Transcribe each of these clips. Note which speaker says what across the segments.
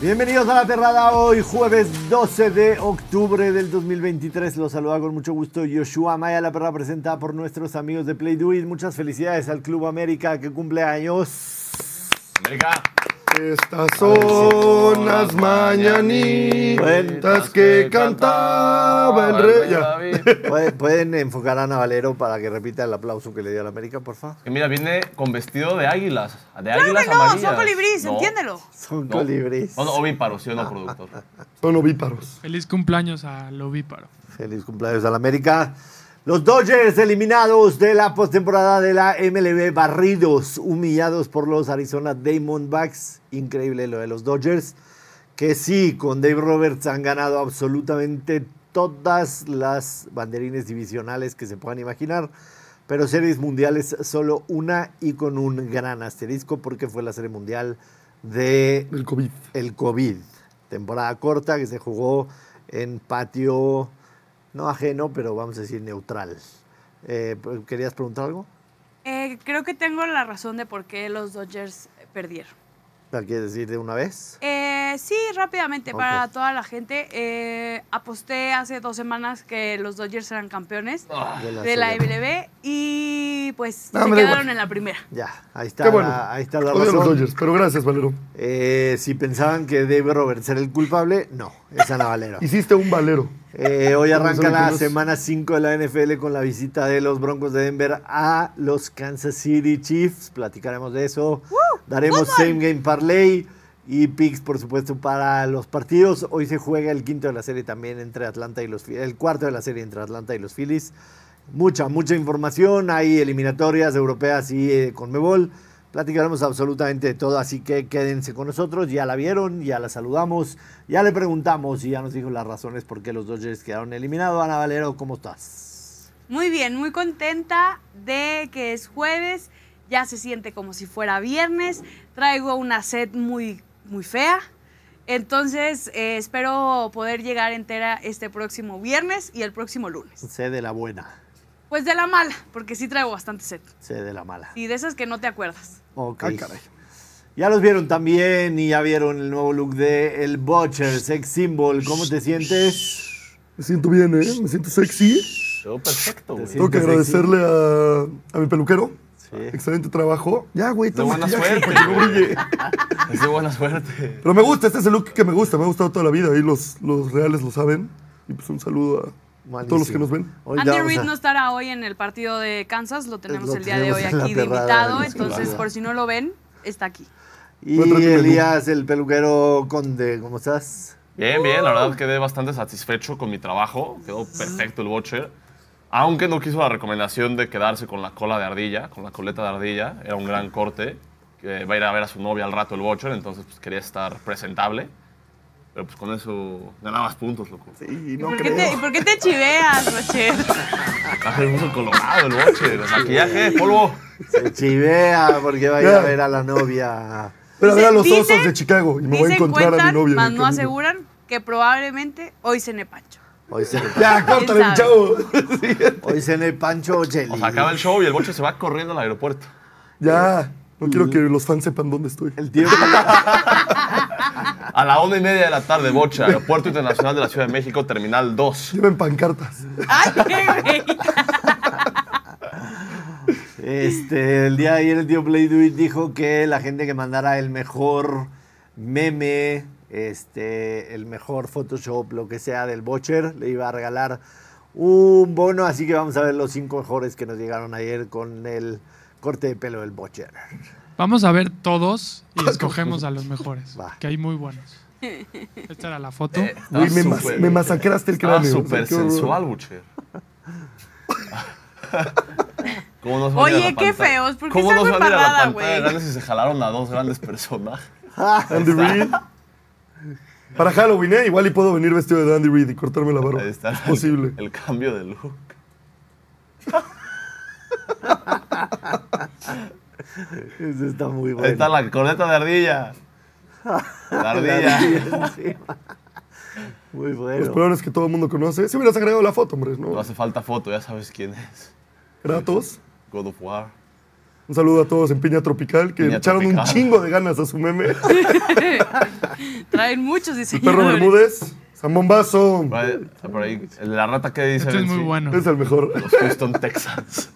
Speaker 1: Bienvenidos a la Terrada, hoy jueves 12 de octubre del 2023. Los saluda con mucho gusto Yoshua Maya, la perra presentada por nuestros amigos de Play Do It. Muchas felicidades al Club América que cumple años.
Speaker 2: América.
Speaker 3: Estas son las mañanitas que cantaba
Speaker 4: Ah,
Speaker 3: el rey. Ya.
Speaker 2: David.
Speaker 1: ¿Pueden, pueden enfocar a Ana Valero para que repita el aplauso que le dio al América, por favor?
Speaker 2: Que mira, viene con vestido de águilas. De
Speaker 4: Claro
Speaker 2: águilas
Speaker 4: que no,
Speaker 2: amarillas.
Speaker 4: son colibríes,
Speaker 2: No.
Speaker 4: entiéndelo.
Speaker 1: Son
Speaker 2: No.
Speaker 1: colibríes.
Speaker 2: No, no, ovíparos, ¿sí o no, productor?
Speaker 3: Son ovíparos.
Speaker 5: Feliz cumpleaños al ovíparo.
Speaker 1: Feliz cumpleaños al América. Los Dodgers eliminados de la postemporada de la MLB, barridos, humillados por los Arizona Diamondbacks. Increíble lo de los Dodgers, que sí, con Dave Roberts han ganado absolutamente todas las banderines divisionales que se puedan imaginar, pero series mundiales solo una y con un gran asterisco porque fue la serie mundial de
Speaker 3: El COVID.
Speaker 1: el COVID. Temporada corta que se jugó en patio, no ajeno, pero vamos a decir neutral. Eh, ¿Querías preguntar algo?
Speaker 4: Eh, creo que tengo la razón de por qué los Dodgers eh, perdieron.
Speaker 1: ¿La quieres decir de una vez?
Speaker 4: Eh, sí, rápidamente, para
Speaker 1: Ok.
Speaker 4: toda la gente, eh, aposté hace dos semanas que los Dodgers eran campeones
Speaker 3: Ah,
Speaker 4: de la
Speaker 1: serie.
Speaker 4: MLB y pues
Speaker 3: No,
Speaker 4: se
Speaker 3: me da
Speaker 4: quedaron
Speaker 3: igual.
Speaker 4: en la primera.
Speaker 1: Ya, ahí está,
Speaker 3: Qué bueno.
Speaker 1: la, ahí está la
Speaker 3: Odio a los
Speaker 1: razón.
Speaker 3: Dodgers, pero gracias, Valero.
Speaker 1: Eh, si pensaban que Dave Roberts era el culpable, no, es Ana Valero.
Speaker 3: Hiciste un valero.
Speaker 1: Eh, hoy
Speaker 3: Vamos a
Speaker 1: arranca la
Speaker 3: meternos.
Speaker 1: semana 5 de la NFL con la visita de los Broncos de Denver a los Kansas City Chiefs. Platicaremos de eso. Daremos Same Game Parlay y picks, por supuesto, para los partidos. Hoy se juega el quinto de la serie también entre Atlanta y los Phil- el cuarto de la serie entre Atlanta y los Phillies. Mucha, mucha información. Hay eliminatorias europeas y eh, Conmebol. Platicaremos absolutamente de todo, así que quédense con nosotros. Ya la vieron, ya la saludamos, ya le preguntamos y ya nos dijo las razones por qué los Dodgers quedaron eliminados. Ana Valero, ¿cómo estás?
Speaker 4: Muy bien, muy contenta de que es jueves, ya se siente como si fuera viernes, traigo una sed muy, muy fea, entonces eh, espero poder llegar entera este próximo viernes y el próximo lunes.
Speaker 1: Sé de la buena,
Speaker 4: Pues de la mala, porque sí traigo bastante sed,
Speaker 1: sé de la mala.
Speaker 4: y de esas que no te acuerdas.
Speaker 1: Ok.
Speaker 3: Ay, caray.
Speaker 1: Ya los vieron también y ya vieron el nuevo look de el Butcher, sex symbol. ¿Cómo te sientes?
Speaker 3: Me siento bien, ¿eh? Me siento sexy.
Speaker 2: Quedó perfecto, güey.
Speaker 1: Te
Speaker 3: Tengo que
Speaker 1: Siento sexy.
Speaker 3: agradecerle a, a mi peluquero.
Speaker 1: Sí.
Speaker 3: Excelente trabajo. Ya, güey,
Speaker 2: De
Speaker 3: toma
Speaker 2: buena
Speaker 3: maquillaje
Speaker 2: suerte,
Speaker 3: para que
Speaker 2: güey.
Speaker 3: brille.
Speaker 2: Es de buena suerte.
Speaker 3: Pero me gusta, este es el look que me gusta. Me ha gustado toda la vida. Y los, los reales lo saben. Y pues un saludo a,
Speaker 1: Malísimo.
Speaker 3: todos los que nos ven.
Speaker 1: Ahorita
Speaker 4: Andy
Speaker 1: vamos
Speaker 4: Reid
Speaker 1: a-
Speaker 4: no estará hoy en el partido de Kansas, lo tenemos
Speaker 1: Lo
Speaker 4: el día de
Speaker 1: tenemos
Speaker 4: hoy
Speaker 1: en la
Speaker 4: aquí de
Speaker 1: perrada,
Speaker 4: invitado,
Speaker 1: en exclusiva.
Speaker 4: entonces por si no lo ven, está aquí.
Speaker 1: Y
Speaker 3: Voy a traer mi menú.
Speaker 1: Elías, el peluquero Conde, ¿cómo estás?
Speaker 2: Bien, bien, la verdad quedé bastante satisfecho con mi trabajo. Quedó perfecto el bocher. Aunque no quiso la recomendación de quedarse con la cola de ardilla, con la coleta de ardilla. Era un gran corte. que va a ir a ver a su novia al rato el bocher, entonces pues, quería estar presentable. Pero pues con eso ganabas puntos, loco.
Speaker 3: Sí, no
Speaker 4: ¿Por qué te, ¿y por qué te chiveas, Rochelle?
Speaker 2: Está el uso colorado el bocher. El maquillaje, polvo.
Speaker 1: Se chivea porque va a ir a
Speaker 3: Ya.
Speaker 1: ver a la novia.
Speaker 3: Pero a ver a los
Speaker 4: Dicen-
Speaker 3: osos de Chicago y me voy a
Speaker 4: Dicen,
Speaker 3: encontrar a mi
Speaker 4: cuentan,
Speaker 3: novia. en
Speaker 4: Mas
Speaker 3: el
Speaker 4: no
Speaker 3: camino.
Speaker 4: aseguran que probablemente hoy cene Pancho.
Speaker 1: Hoy se le
Speaker 3: Ya, córtale,
Speaker 4: sabe?
Speaker 3: chavo.
Speaker 1: Hoy cené pancho
Speaker 2: O
Speaker 1: cheli.
Speaker 2: sea, acaba el show y el boche se va corriendo al aeropuerto.
Speaker 3: Ya, no quiero que los fans sepan dónde estoy.
Speaker 1: El tiempo,
Speaker 2: A la una y media de la tarde, bocha, Aeropuerto Internacional de la Ciudad de México, Terminal 2.
Speaker 3: Lleven pancartas.
Speaker 4: ¡Ay, qué güey!
Speaker 1: este, el día de ayer el tío Play Do It dijo que la gente que mandara el mejor meme, este, el mejor Photoshop, lo que sea del Butcher, le iba a regalar un bono. Así que vamos a ver los cinco mejores que nos llegaron ayer con el corte de pelo del Butcher.
Speaker 5: Vamos a ver todos y escogemos a los mejores,
Speaker 1: Va.
Speaker 5: que hay muy buenos. Esta era la foto.
Speaker 2: Eh,
Speaker 3: Güey, me, mas-
Speaker 2: súper-
Speaker 3: me masacraste el
Speaker 2: estaba
Speaker 3: cráneo. o sea,
Speaker 2: súper
Speaker 3: qué horror.
Speaker 2: sensual, Butcher. ¿Cómo no se va a
Speaker 4: Oye,
Speaker 2: ir a la
Speaker 4: qué
Speaker 2: pantalla?
Speaker 4: feos, ¿por qué
Speaker 2: ¿Cómo
Speaker 4: están
Speaker 2: no se
Speaker 4: muy
Speaker 2: van a ir a la
Speaker 4: embarrada,
Speaker 2: pantalla
Speaker 4: güey?
Speaker 2: grandes si se jalaron a dos grandes personajes?
Speaker 3: Andy Reid. Para Halloween, ¿eh? Igual y puedo venir vestido de Andy Reid y cortarme la barba.
Speaker 2: Ahí está
Speaker 3: Es
Speaker 2: el,
Speaker 3: posible.
Speaker 2: el cambio de look.
Speaker 1: Eso está muy bueno.
Speaker 2: Ahí está la corneta de ardilla. La
Speaker 1: La
Speaker 2: ardilla.
Speaker 1: ardilla encima. Muy
Speaker 3: Los
Speaker 1: bueno.
Speaker 3: peores que todo el mundo conoce. Si hubieras agregado la foto, hombre,
Speaker 2: No
Speaker 3: ¿no?
Speaker 2: hace falta foto, ya sabes quién es.
Speaker 3: Gratos.
Speaker 2: God of War.
Speaker 3: Un saludo a todos en Piña Tropical que
Speaker 2: Piña
Speaker 3: echaron un
Speaker 2: Tropical.
Speaker 3: chingo de ganas a su meme.
Speaker 4: Traen muchos
Speaker 3: El perro
Speaker 4: diseñadores.
Speaker 3: Bermúdez, San Bombazo.
Speaker 2: Vale, por ahí, la rata que dice.
Speaker 5: Este es muy
Speaker 2: Benzi,
Speaker 5: bueno.
Speaker 3: Es el mejor.
Speaker 2: Los Houston Texans.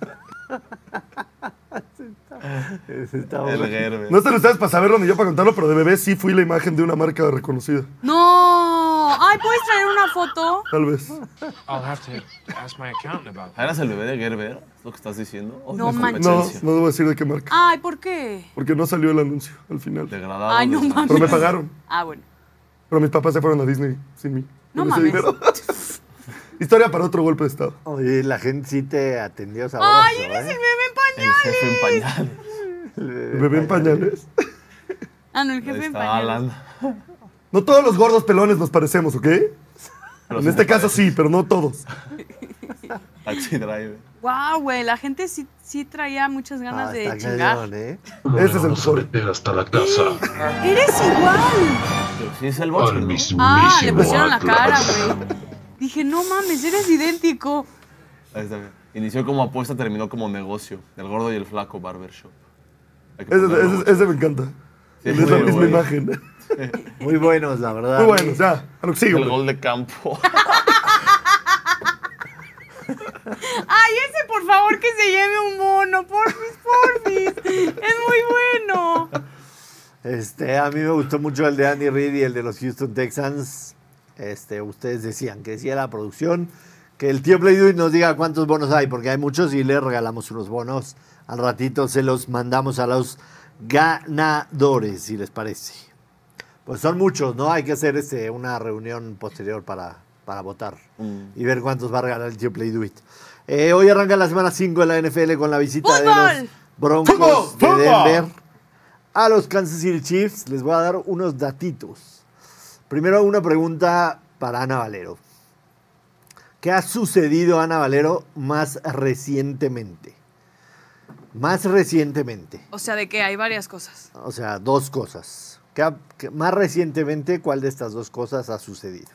Speaker 1: Ese está bueno.
Speaker 2: el Gerber.
Speaker 3: No están ustedes para saberlo ni yo para contarlo, pero de bebé sí fui la imagen de una marca reconocida.
Speaker 4: No. Ay, ¿puedes traer una foto?
Speaker 3: Tal vez.
Speaker 2: Ah,
Speaker 6: I'll have to ask my accountant about that.
Speaker 2: ¿Eras el bebé de Gerber? ¿Es lo que estás diciendo? ¿O
Speaker 4: No
Speaker 2: de
Speaker 4: manches.
Speaker 3: No,
Speaker 2: competencia?
Speaker 3: no debo decir de qué marca.
Speaker 4: Ay, ¿por qué?
Speaker 3: Porque no salió el anuncio al final.
Speaker 2: Degradado.
Speaker 4: Ay, no
Speaker 2: desgraciado.
Speaker 3: Pero me
Speaker 4: mames.
Speaker 3: pagaron.
Speaker 4: Ah, bueno.
Speaker 3: Pero mis papás se fueron a Disney sin mí.
Speaker 4: No
Speaker 3: Con ese
Speaker 4: mames.
Speaker 3: dinero. Historia para otro golpe de estado.
Speaker 1: Oye, la gente sí te atendió sabroso,
Speaker 4: Ay, eres el
Speaker 1: ¿eh?
Speaker 4: bebé en
Speaker 2: El
Speaker 4: pañal.
Speaker 2: jefe en pañales.
Speaker 3: El bebé en pañales.
Speaker 4: Ah, no, el
Speaker 2: Ahí
Speaker 4: jefe en
Speaker 2: está
Speaker 4: pañal.
Speaker 2: Alan.
Speaker 3: No todos los gordos pelones nos parecemos, ¿ok?
Speaker 2: Pero
Speaker 3: en este
Speaker 2: te
Speaker 3: caso
Speaker 2: parece.
Speaker 3: sí, pero no todos.
Speaker 2: Taxi driver.
Speaker 4: Wow, güey, la gente sí, sí traía muchas ganas
Speaker 1: Ah,
Speaker 4: de
Speaker 1: está
Speaker 4: chingar.
Speaker 1: cañón, ¿eh?
Speaker 3: Ese es el
Speaker 7: Vamos a
Speaker 3: mejor.
Speaker 7: meter hasta la casa
Speaker 4: ¡Eres igual!
Speaker 2: Pero sí es el bocho,
Speaker 7: al
Speaker 2: ¿no?
Speaker 7: mismísimo
Speaker 4: Ah, le pusieron la
Speaker 7: Atlas.
Speaker 4: cara, güey. Dije, no mames, eres idéntico.
Speaker 2: Ahí está bien. Inició como apuesta, terminó como negocio. El gordo y el flaco barbershop. Hay que
Speaker 3: Ese,
Speaker 2: ponerlo,
Speaker 3: ese- ese me encanta.
Speaker 2: Sí,
Speaker 3: es
Speaker 2: muy
Speaker 3: la
Speaker 2: bueno,
Speaker 3: misma
Speaker 2: güey.
Speaker 3: imagen.
Speaker 1: Muy buenos, la verdad.
Speaker 3: Muy bueno, ya. Ah, A lo que sigue,
Speaker 2: El
Speaker 3: güey.
Speaker 2: gol de campo.
Speaker 4: Ay, ese, por favor, que se lleve un mono. Porfis, porfis. Es muy bueno.
Speaker 1: Este, a mí me gustó mucho el de Andy Reid y el de los Houston Texans. Este, ustedes decían que decía la producción que el tío Playduy nos diga cuántos bonos hay, porque hay muchos y le regalamos unos bonos. Al ratito se los mandamos a los ganadores, si les parece. Pues son muchos, ¿no? Hay que hacer este, una reunión posterior para, para votar
Speaker 2: Mm.
Speaker 1: y ver cuántos va a regalar el tío Play Do It. Eh, hoy arranca la semana 5 de la NFL con la visita de
Speaker 4: ¡Fútbol!
Speaker 1: los Broncos
Speaker 3: ¡Fútbol!
Speaker 1: de
Speaker 3: ¡Fútbol!
Speaker 1: Denver a los Kansas City Chiefs. Les voy a dar unos datitos. Primero una pregunta para Ana Valero. ¿Qué ha sucedido Ana Valero más recientemente? Más recientemente.
Speaker 4: O sea, de que hay varias cosas.
Speaker 1: O sea, dos cosas. ¿Qué ha- qué- más recientemente, ¿cuál de estas dos cosas ha sucedido?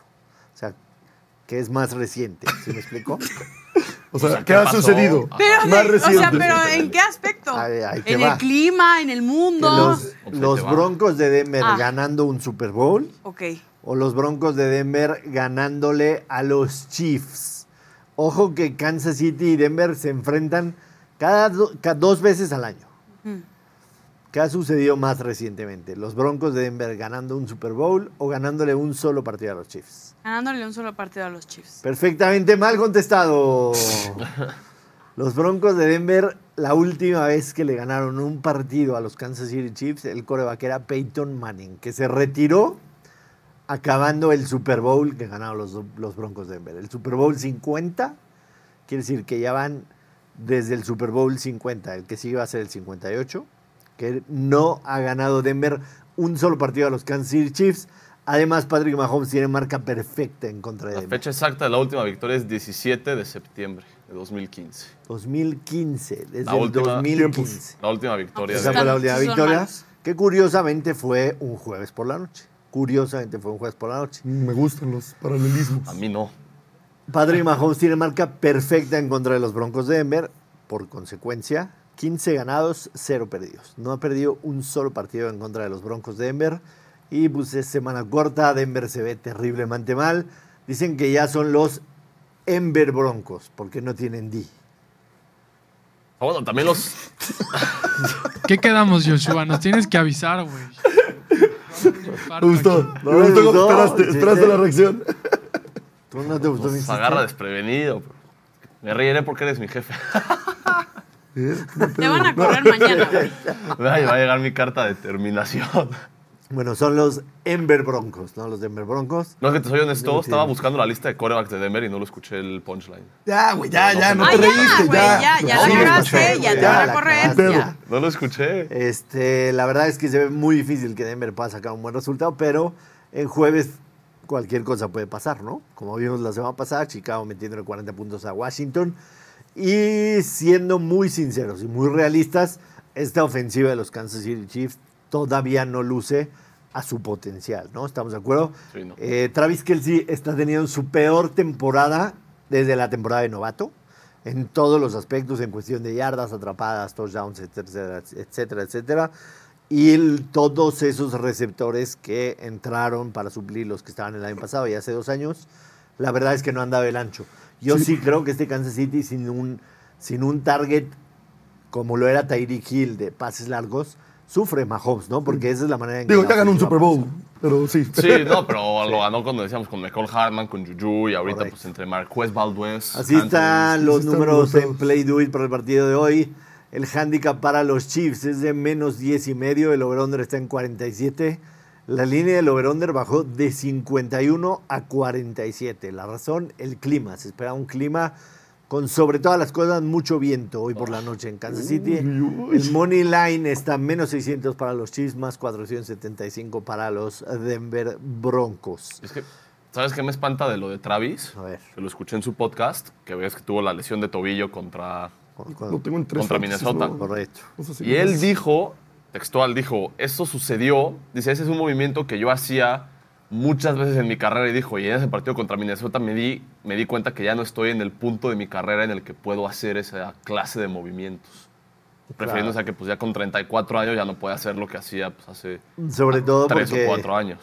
Speaker 1: O sea, ¿qué es más reciente? ¿Sí me explico?
Speaker 3: O sea,
Speaker 2: O sea,
Speaker 3: ¿qué,
Speaker 2: ¿qué
Speaker 3: ha
Speaker 2: pues, pasó?
Speaker 3: sucedido?
Speaker 2: Ah.
Speaker 4: Pero,
Speaker 3: Más
Speaker 4: de-
Speaker 3: reciente.
Speaker 4: o sea, pero ¿en qué aspecto?
Speaker 1: Ahí- ahí te
Speaker 4: en
Speaker 1: va.
Speaker 4: el clima, en el
Speaker 1: ¿Que
Speaker 4: mundo.
Speaker 1: los,
Speaker 2: Pues ahí
Speaker 1: los
Speaker 2: te va.
Speaker 1: Broncos de Denver
Speaker 4: Ah.
Speaker 1: ganando un Super Bowl
Speaker 4: Ok.
Speaker 1: o los Broncos de Denver ganándole a los Chiefs. Ojo que Kansas City y Denver se enfrentan cada, do- ca- dos veces al año.
Speaker 4: Ujú.
Speaker 1: ¿Qué ha sucedido más recientemente? ¿Los Broncos de Denver ganando un Super Bowl o ganándole un solo partido a los Chiefs?
Speaker 4: Ganándole un solo partido a los
Speaker 2: Pues.
Speaker 4: Chiefs.
Speaker 1: Perfectamente mal contestado. Los Broncos de Denver, la última vez que le ganaron un partido a los Kansas City Chiefs, el coreback era Peyton Manning, que se retiró acabando el Super Bowl que ganaron los, los Broncos de Denver. El Super Bowl 50, quiere decir que ya van desde el Super Bowl 50, el que sigue va a ser el 58, que no ha ganado Denver un solo partido a los Kansas City Chiefs. Además, Patrick Mahomes tiene marca perfecta en contra de
Speaker 2: La
Speaker 1: Denver.
Speaker 2: fecha exacta de la última victoria es 17 de septiembre de 2015.
Speaker 1: 2015, desde
Speaker 2: La
Speaker 1: el
Speaker 2: última-
Speaker 1: 2015.
Speaker 2: La última victoria.
Speaker 1: Esa
Speaker 2: de-
Speaker 1: fue la
Speaker 4: Están-
Speaker 1: última
Speaker 4: son
Speaker 1: victoria,
Speaker 4: malos.
Speaker 1: que curiosamente fue un jueves por la noche. Curiosamente fue un jueves por la noche.
Speaker 3: Mm, Me gustan los paralelismos.
Speaker 2: A mí no.
Speaker 1: Patrick Mahomes tiene marca perfecta en contra de los Broncos de Denver. Por consecuencia, 15 ganados, 0 perdidos. No ha perdido un solo partido en contra de los Broncos de Denver. Y pues es semana corta, Denver se ve terriblemente mal. Dicen que ya son los Denver Broncos, porque no tienen D.
Speaker 2: Ah, Bueno, también los.
Speaker 5: ¿Qué quedamos, Joshua? Nos tienes que avisar, güey.
Speaker 2: Ah,
Speaker 3: Me gustó.
Speaker 1: No,
Speaker 3: me gustó
Speaker 1: me
Speaker 3: cómo
Speaker 1: gustó,
Speaker 3: esperaste,
Speaker 1: sí,
Speaker 3: esperaste
Speaker 1: sí.
Speaker 3: la reacción.
Speaker 1: ¿Tú no te gustó mi
Speaker 2: Nos
Speaker 1: chiste?
Speaker 2: agarra desprevenido. bro. Me reiré porque eres mi jefe.
Speaker 4: Te van a correr mañana, güey.
Speaker 2: Ay, va a llegar mi carta de terminación.
Speaker 1: Bueno, son los Denver Broncos, ¿no? Los Denver Broncos.
Speaker 2: No, que te soy honesto, estaba buscando la lista de corebacks de Denver y no lo escuché el punchline.
Speaker 3: Ya, güey, ya, ya, no
Speaker 4: Ah,
Speaker 3: te
Speaker 4: ya,
Speaker 3: reíste,
Speaker 4: güey, ya, ya
Speaker 3: Sí,
Speaker 4: la
Speaker 3: güey.
Speaker 4: cagaste, ya te
Speaker 1: Ya
Speaker 4: van
Speaker 1: la
Speaker 4: a correr,
Speaker 1: cagaste.
Speaker 4: ya.
Speaker 2: No lo escuché.
Speaker 1: Este, la verdad es que se ve muy difícil que Denver pueda sacar un buen resultado, pero en jueves cualquier cosa puede pasar, ¿no? Como vimos la semana pasada, Chicago metiéndole 40 puntos a Washington. Y siendo muy sinceros y muy realistas, esta ofensiva de los Kansas City Chiefs todavía no luce a su potencial, ¿no? ¿Estamos de acuerdo?
Speaker 2: Sí, no.
Speaker 1: Eh, Travis Kelsey está teniendo su peor temporada desde la temporada de novato. en todos los aspectos, en cuestión de yardas, atrapadas, touchdowns, etcétera, etcétera, etcétera. Y el- todos esos receptores que entraron para suplir los que estaban el año pasado y hace dos años, la verdad es que no andaba el ancho. Yo sí, creo que este Kansas City sin un, sin un target como lo era Tyreek Hill de pases largos, sufre Mahomes, ¿no? Porque esa es la manera en que...
Speaker 3: Digo,
Speaker 1: la
Speaker 3: ya ganó un
Speaker 1: ofensiva
Speaker 3: Super Bowl, pero sí.
Speaker 2: Sí, no, pero lo ganó cuando decíamos con Michael Hartman, con Juju y ahorita
Speaker 1: Correcto.
Speaker 2: pues entre Marquez Valdez.
Speaker 1: Así están los
Speaker 3: Así están
Speaker 1: números
Speaker 3: los
Speaker 1: en
Speaker 3: dos.
Speaker 1: Play Do It para el partido de hoy. El handicap para los Chiefs es de menos 10 y medio. El over-under está en 47. La línea del over-under bajó de 51 a 47. La razón, el clima. Se esperaba un clima con, sobre todas las cosas, mucho viento hoy por la noche en Kansas City. El money line está menos 600 para los Chiefs, más 475 para los Denver Broncos.
Speaker 2: Es que, ¿sabes qué me espanta de lo de Travis?
Speaker 1: A ver.
Speaker 2: Que lo escuché en su podcast, que ves que tuvo la lesión de tobillo contra...
Speaker 1: Con- con-
Speaker 3: Lo tengo en tres.
Speaker 2: Contra
Speaker 3: fantasies,
Speaker 2: Minnesota.
Speaker 3: ¿no?
Speaker 1: Correcto.
Speaker 3: No sé si
Speaker 2: Y él dijo, textual, dijo, eso sucedió, dice, ese es un movimiento que yo hacía muchas veces en mi carrera y dijo, y en ese partido contra Minnesota me di, me di cuenta que ya no estoy en el punto de mi carrera en el que puedo hacer esa clase de movimientos. Refiriéndose a que pues ya con 34 años ya no puede hacer lo que hacía pues, hace
Speaker 1: Sobre todo
Speaker 2: 3
Speaker 1: porque...
Speaker 2: o 4 años.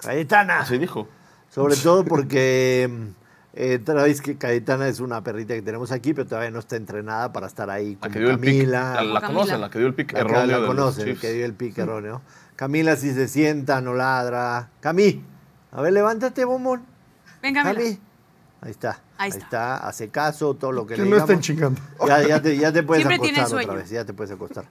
Speaker 1: Cayetana.
Speaker 2: Así dijo.
Speaker 1: Sobre todo porque mm, eh, Travis que Cayetana es una perrita que tenemos aquí, pero todavía no está entrenada para estar ahí
Speaker 2: La
Speaker 1: con
Speaker 2: que dio el pick. La,
Speaker 1: Camila.
Speaker 2: la
Speaker 4: Camila.
Speaker 2: conocen, la que dio el pick
Speaker 1: La que la
Speaker 2: erróneo. de los
Speaker 1: conocen, el
Speaker 2: Chiefs.
Speaker 1: que dio el pique erróneo. Camila si se sienta, no ladra. Camí, a ver, levántate, bombón.
Speaker 4: Venga, Camila.
Speaker 1: Camí. Ahí está. Ahí
Speaker 4: Ahí está.
Speaker 1: está. Hace caso, todo lo que,
Speaker 3: Que
Speaker 1: le
Speaker 3: no estén
Speaker 1: digamos.
Speaker 3: chingando.
Speaker 1: Ya, ya te, ya te puedes
Speaker 4: Siempre tiene
Speaker 1: acostar otra
Speaker 4: sueño.
Speaker 1: vez, ya te puedes acostar.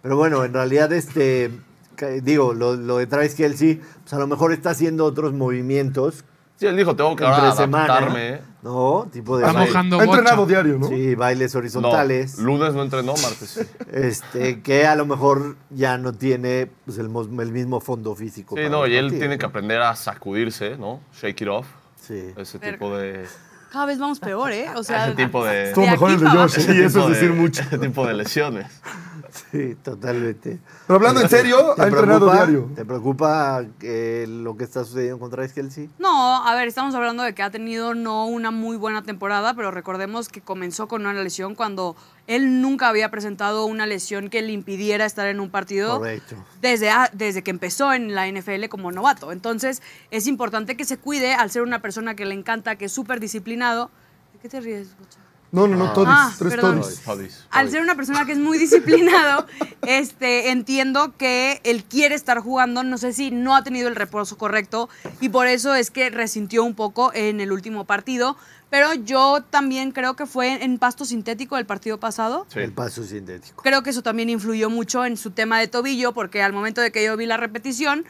Speaker 1: Pero bueno, en realidad, este, que- digo, lo, lo de Travis Kelsey, pues a lo mejor está haciendo otros movimientos
Speaker 2: Sí, él dijo, tengo que ahora
Speaker 1: entre semana.
Speaker 2: adaptarme.
Speaker 1: No, tipo de
Speaker 5: Está
Speaker 1: baile-
Speaker 5: mojando
Speaker 3: Ha entrenado
Speaker 5: bocha.
Speaker 3: diario, ¿no?
Speaker 1: sí, bailes
Speaker 2: No,
Speaker 1: horizontales.
Speaker 2: lunes no entrenó, martes sí.
Speaker 1: Este, que a lo mejor ya no tiene pues, el, mos- el mismo fondo físico.
Speaker 2: Sí,
Speaker 1: para
Speaker 2: no,
Speaker 1: los
Speaker 2: y él
Speaker 1: partidos,
Speaker 2: tiene que
Speaker 1: ¿no?
Speaker 2: aprender a sacudirse, ¿no? Shake it off.
Speaker 1: Sí.
Speaker 2: Ese
Speaker 4: Verga.
Speaker 2: tipo de.
Speaker 4: Cada vez vamos peor, ¿eh? O sea,
Speaker 2: Ese tipo de.
Speaker 3: Estuvo
Speaker 4: De
Speaker 3: mejor
Speaker 4: aquí
Speaker 3: el de
Speaker 4: para
Speaker 3: Josh,
Speaker 2: ese
Speaker 3: sí, eso es
Speaker 2: tipo de-
Speaker 3: decir mucho.
Speaker 2: Ese tipo de lesiones.
Speaker 1: sí, totalmente.
Speaker 3: Pero hablando en serio, ha entrenado
Speaker 1: preocupa-
Speaker 3: diario.
Speaker 1: ¿Te preocupa eh, lo que está sucediendo con Travis Kelsey?
Speaker 4: No, a ver, estamos hablando de que ha tenido no una muy buena temporada, pero recordemos que comenzó con una lesión cuando él nunca había presentado una lesión que le impidiera estar en un partido
Speaker 1: Correcto.
Speaker 4: desde, a- desde que empezó en la NFL como novato. Entonces, es importante que se cuide al ser una persona que le encanta, que es súper disciplinado. ¿De qué te ríes, Bocha?
Speaker 3: No, no, no,
Speaker 4: Ah,
Speaker 3: todos. Tres
Speaker 4: perdón.
Speaker 3: todos.
Speaker 2: Hobbies.
Speaker 4: Al ser una persona que es muy disciplinado, este, entiendo que él quiere estar jugando, no sé si no ha tenido el reposo correcto y por eso es que resintió un poco en el último partido, pero yo también creo que fue en pasto sintético el partido pasado.
Speaker 2: Sí.
Speaker 1: El paso sintético.
Speaker 4: Creo que eso también influyó mucho en su tema de tobillo, porque al momento de que yo vi la repetición,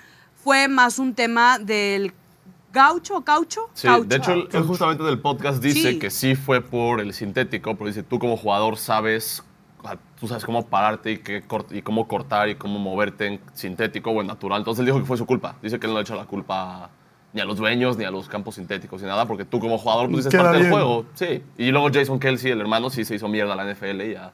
Speaker 4: fue más un tema del gaucho, caucho,
Speaker 2: Sí,
Speaker 4: caucho.
Speaker 2: de hecho, él, él justamente del podcast dice
Speaker 4: Sí.
Speaker 2: que sí fue por el sintético, pero dice, tú como jugador sabes, o sea, tú sabes cómo pararte y, qué cort- y cómo cortar y cómo moverte en sintético o en natural. Entonces él dijo que fue su culpa. Dice que él no le ha hecho la culpa ni a los dueños, ni a los campos sintéticos, ni nada, porque tú como jugador pues, dices
Speaker 3: Queda
Speaker 2: parte del
Speaker 3: bien".
Speaker 2: juego. Sí. Y luego Jason Kelsey, el hermano, sí se hizo mierda a la NFL y a,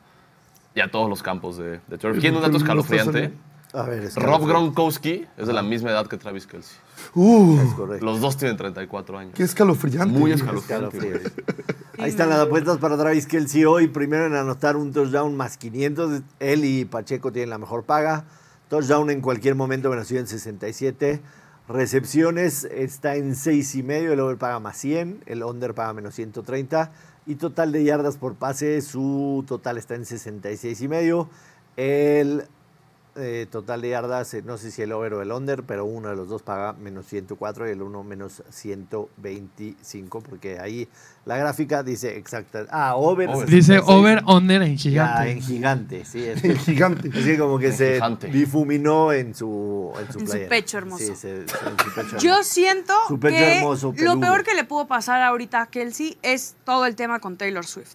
Speaker 2: y a todos los campos de, de turf. ¿Quién un dato
Speaker 3: No está
Speaker 2: escalofriante?
Speaker 3: saliendo.
Speaker 1: A ver, es que-
Speaker 2: Rob Gronkowski es de la misma edad que Travis Kelsey.
Speaker 3: Uh,
Speaker 1: Es correcto.
Speaker 2: Los dos tienen 34 años.
Speaker 3: qué escalofriante.
Speaker 2: Muy escalofriante.
Speaker 1: Escalofríos. Ahí están las apuestas para Travis Kelsey hoy. Primero en anotar un touchdown más 500. Él y Pacheco tienen la mejor paga. Touchdown en cualquier momento, velocidad en 67. Recepciones está en 6 y medio. El over paga más 100. El under paga menos 130. Y total de yardas por pase, su total está en 66 y medio. El eh, total de yardas, eh, no sé si el over o el under, pero uno de los dos paga menos 104 y el uno menos 125, porque ahí la gráfica dice exacta. Ah, over.
Speaker 2: Over.
Speaker 5: Dice
Speaker 1: 66.
Speaker 5: over under en
Speaker 1: Ya, en
Speaker 5: gigante.
Speaker 1: gigante, sí. Es
Speaker 3: El
Speaker 1: que,
Speaker 3: gigante.
Speaker 1: es que como que se
Speaker 2: gigante.
Speaker 1: difuminó en su, en su
Speaker 4: En su
Speaker 1: playera.
Speaker 4: pecho hermoso.
Speaker 1: Sí, se- en su pecho
Speaker 4: Yo
Speaker 1: hermoso.
Speaker 4: siento
Speaker 1: Su pecho
Speaker 4: que
Speaker 1: hermoso, peludo.
Speaker 4: lo peor que le pudo pasar ahorita a Kelsey es todo el tema con Taylor Swift.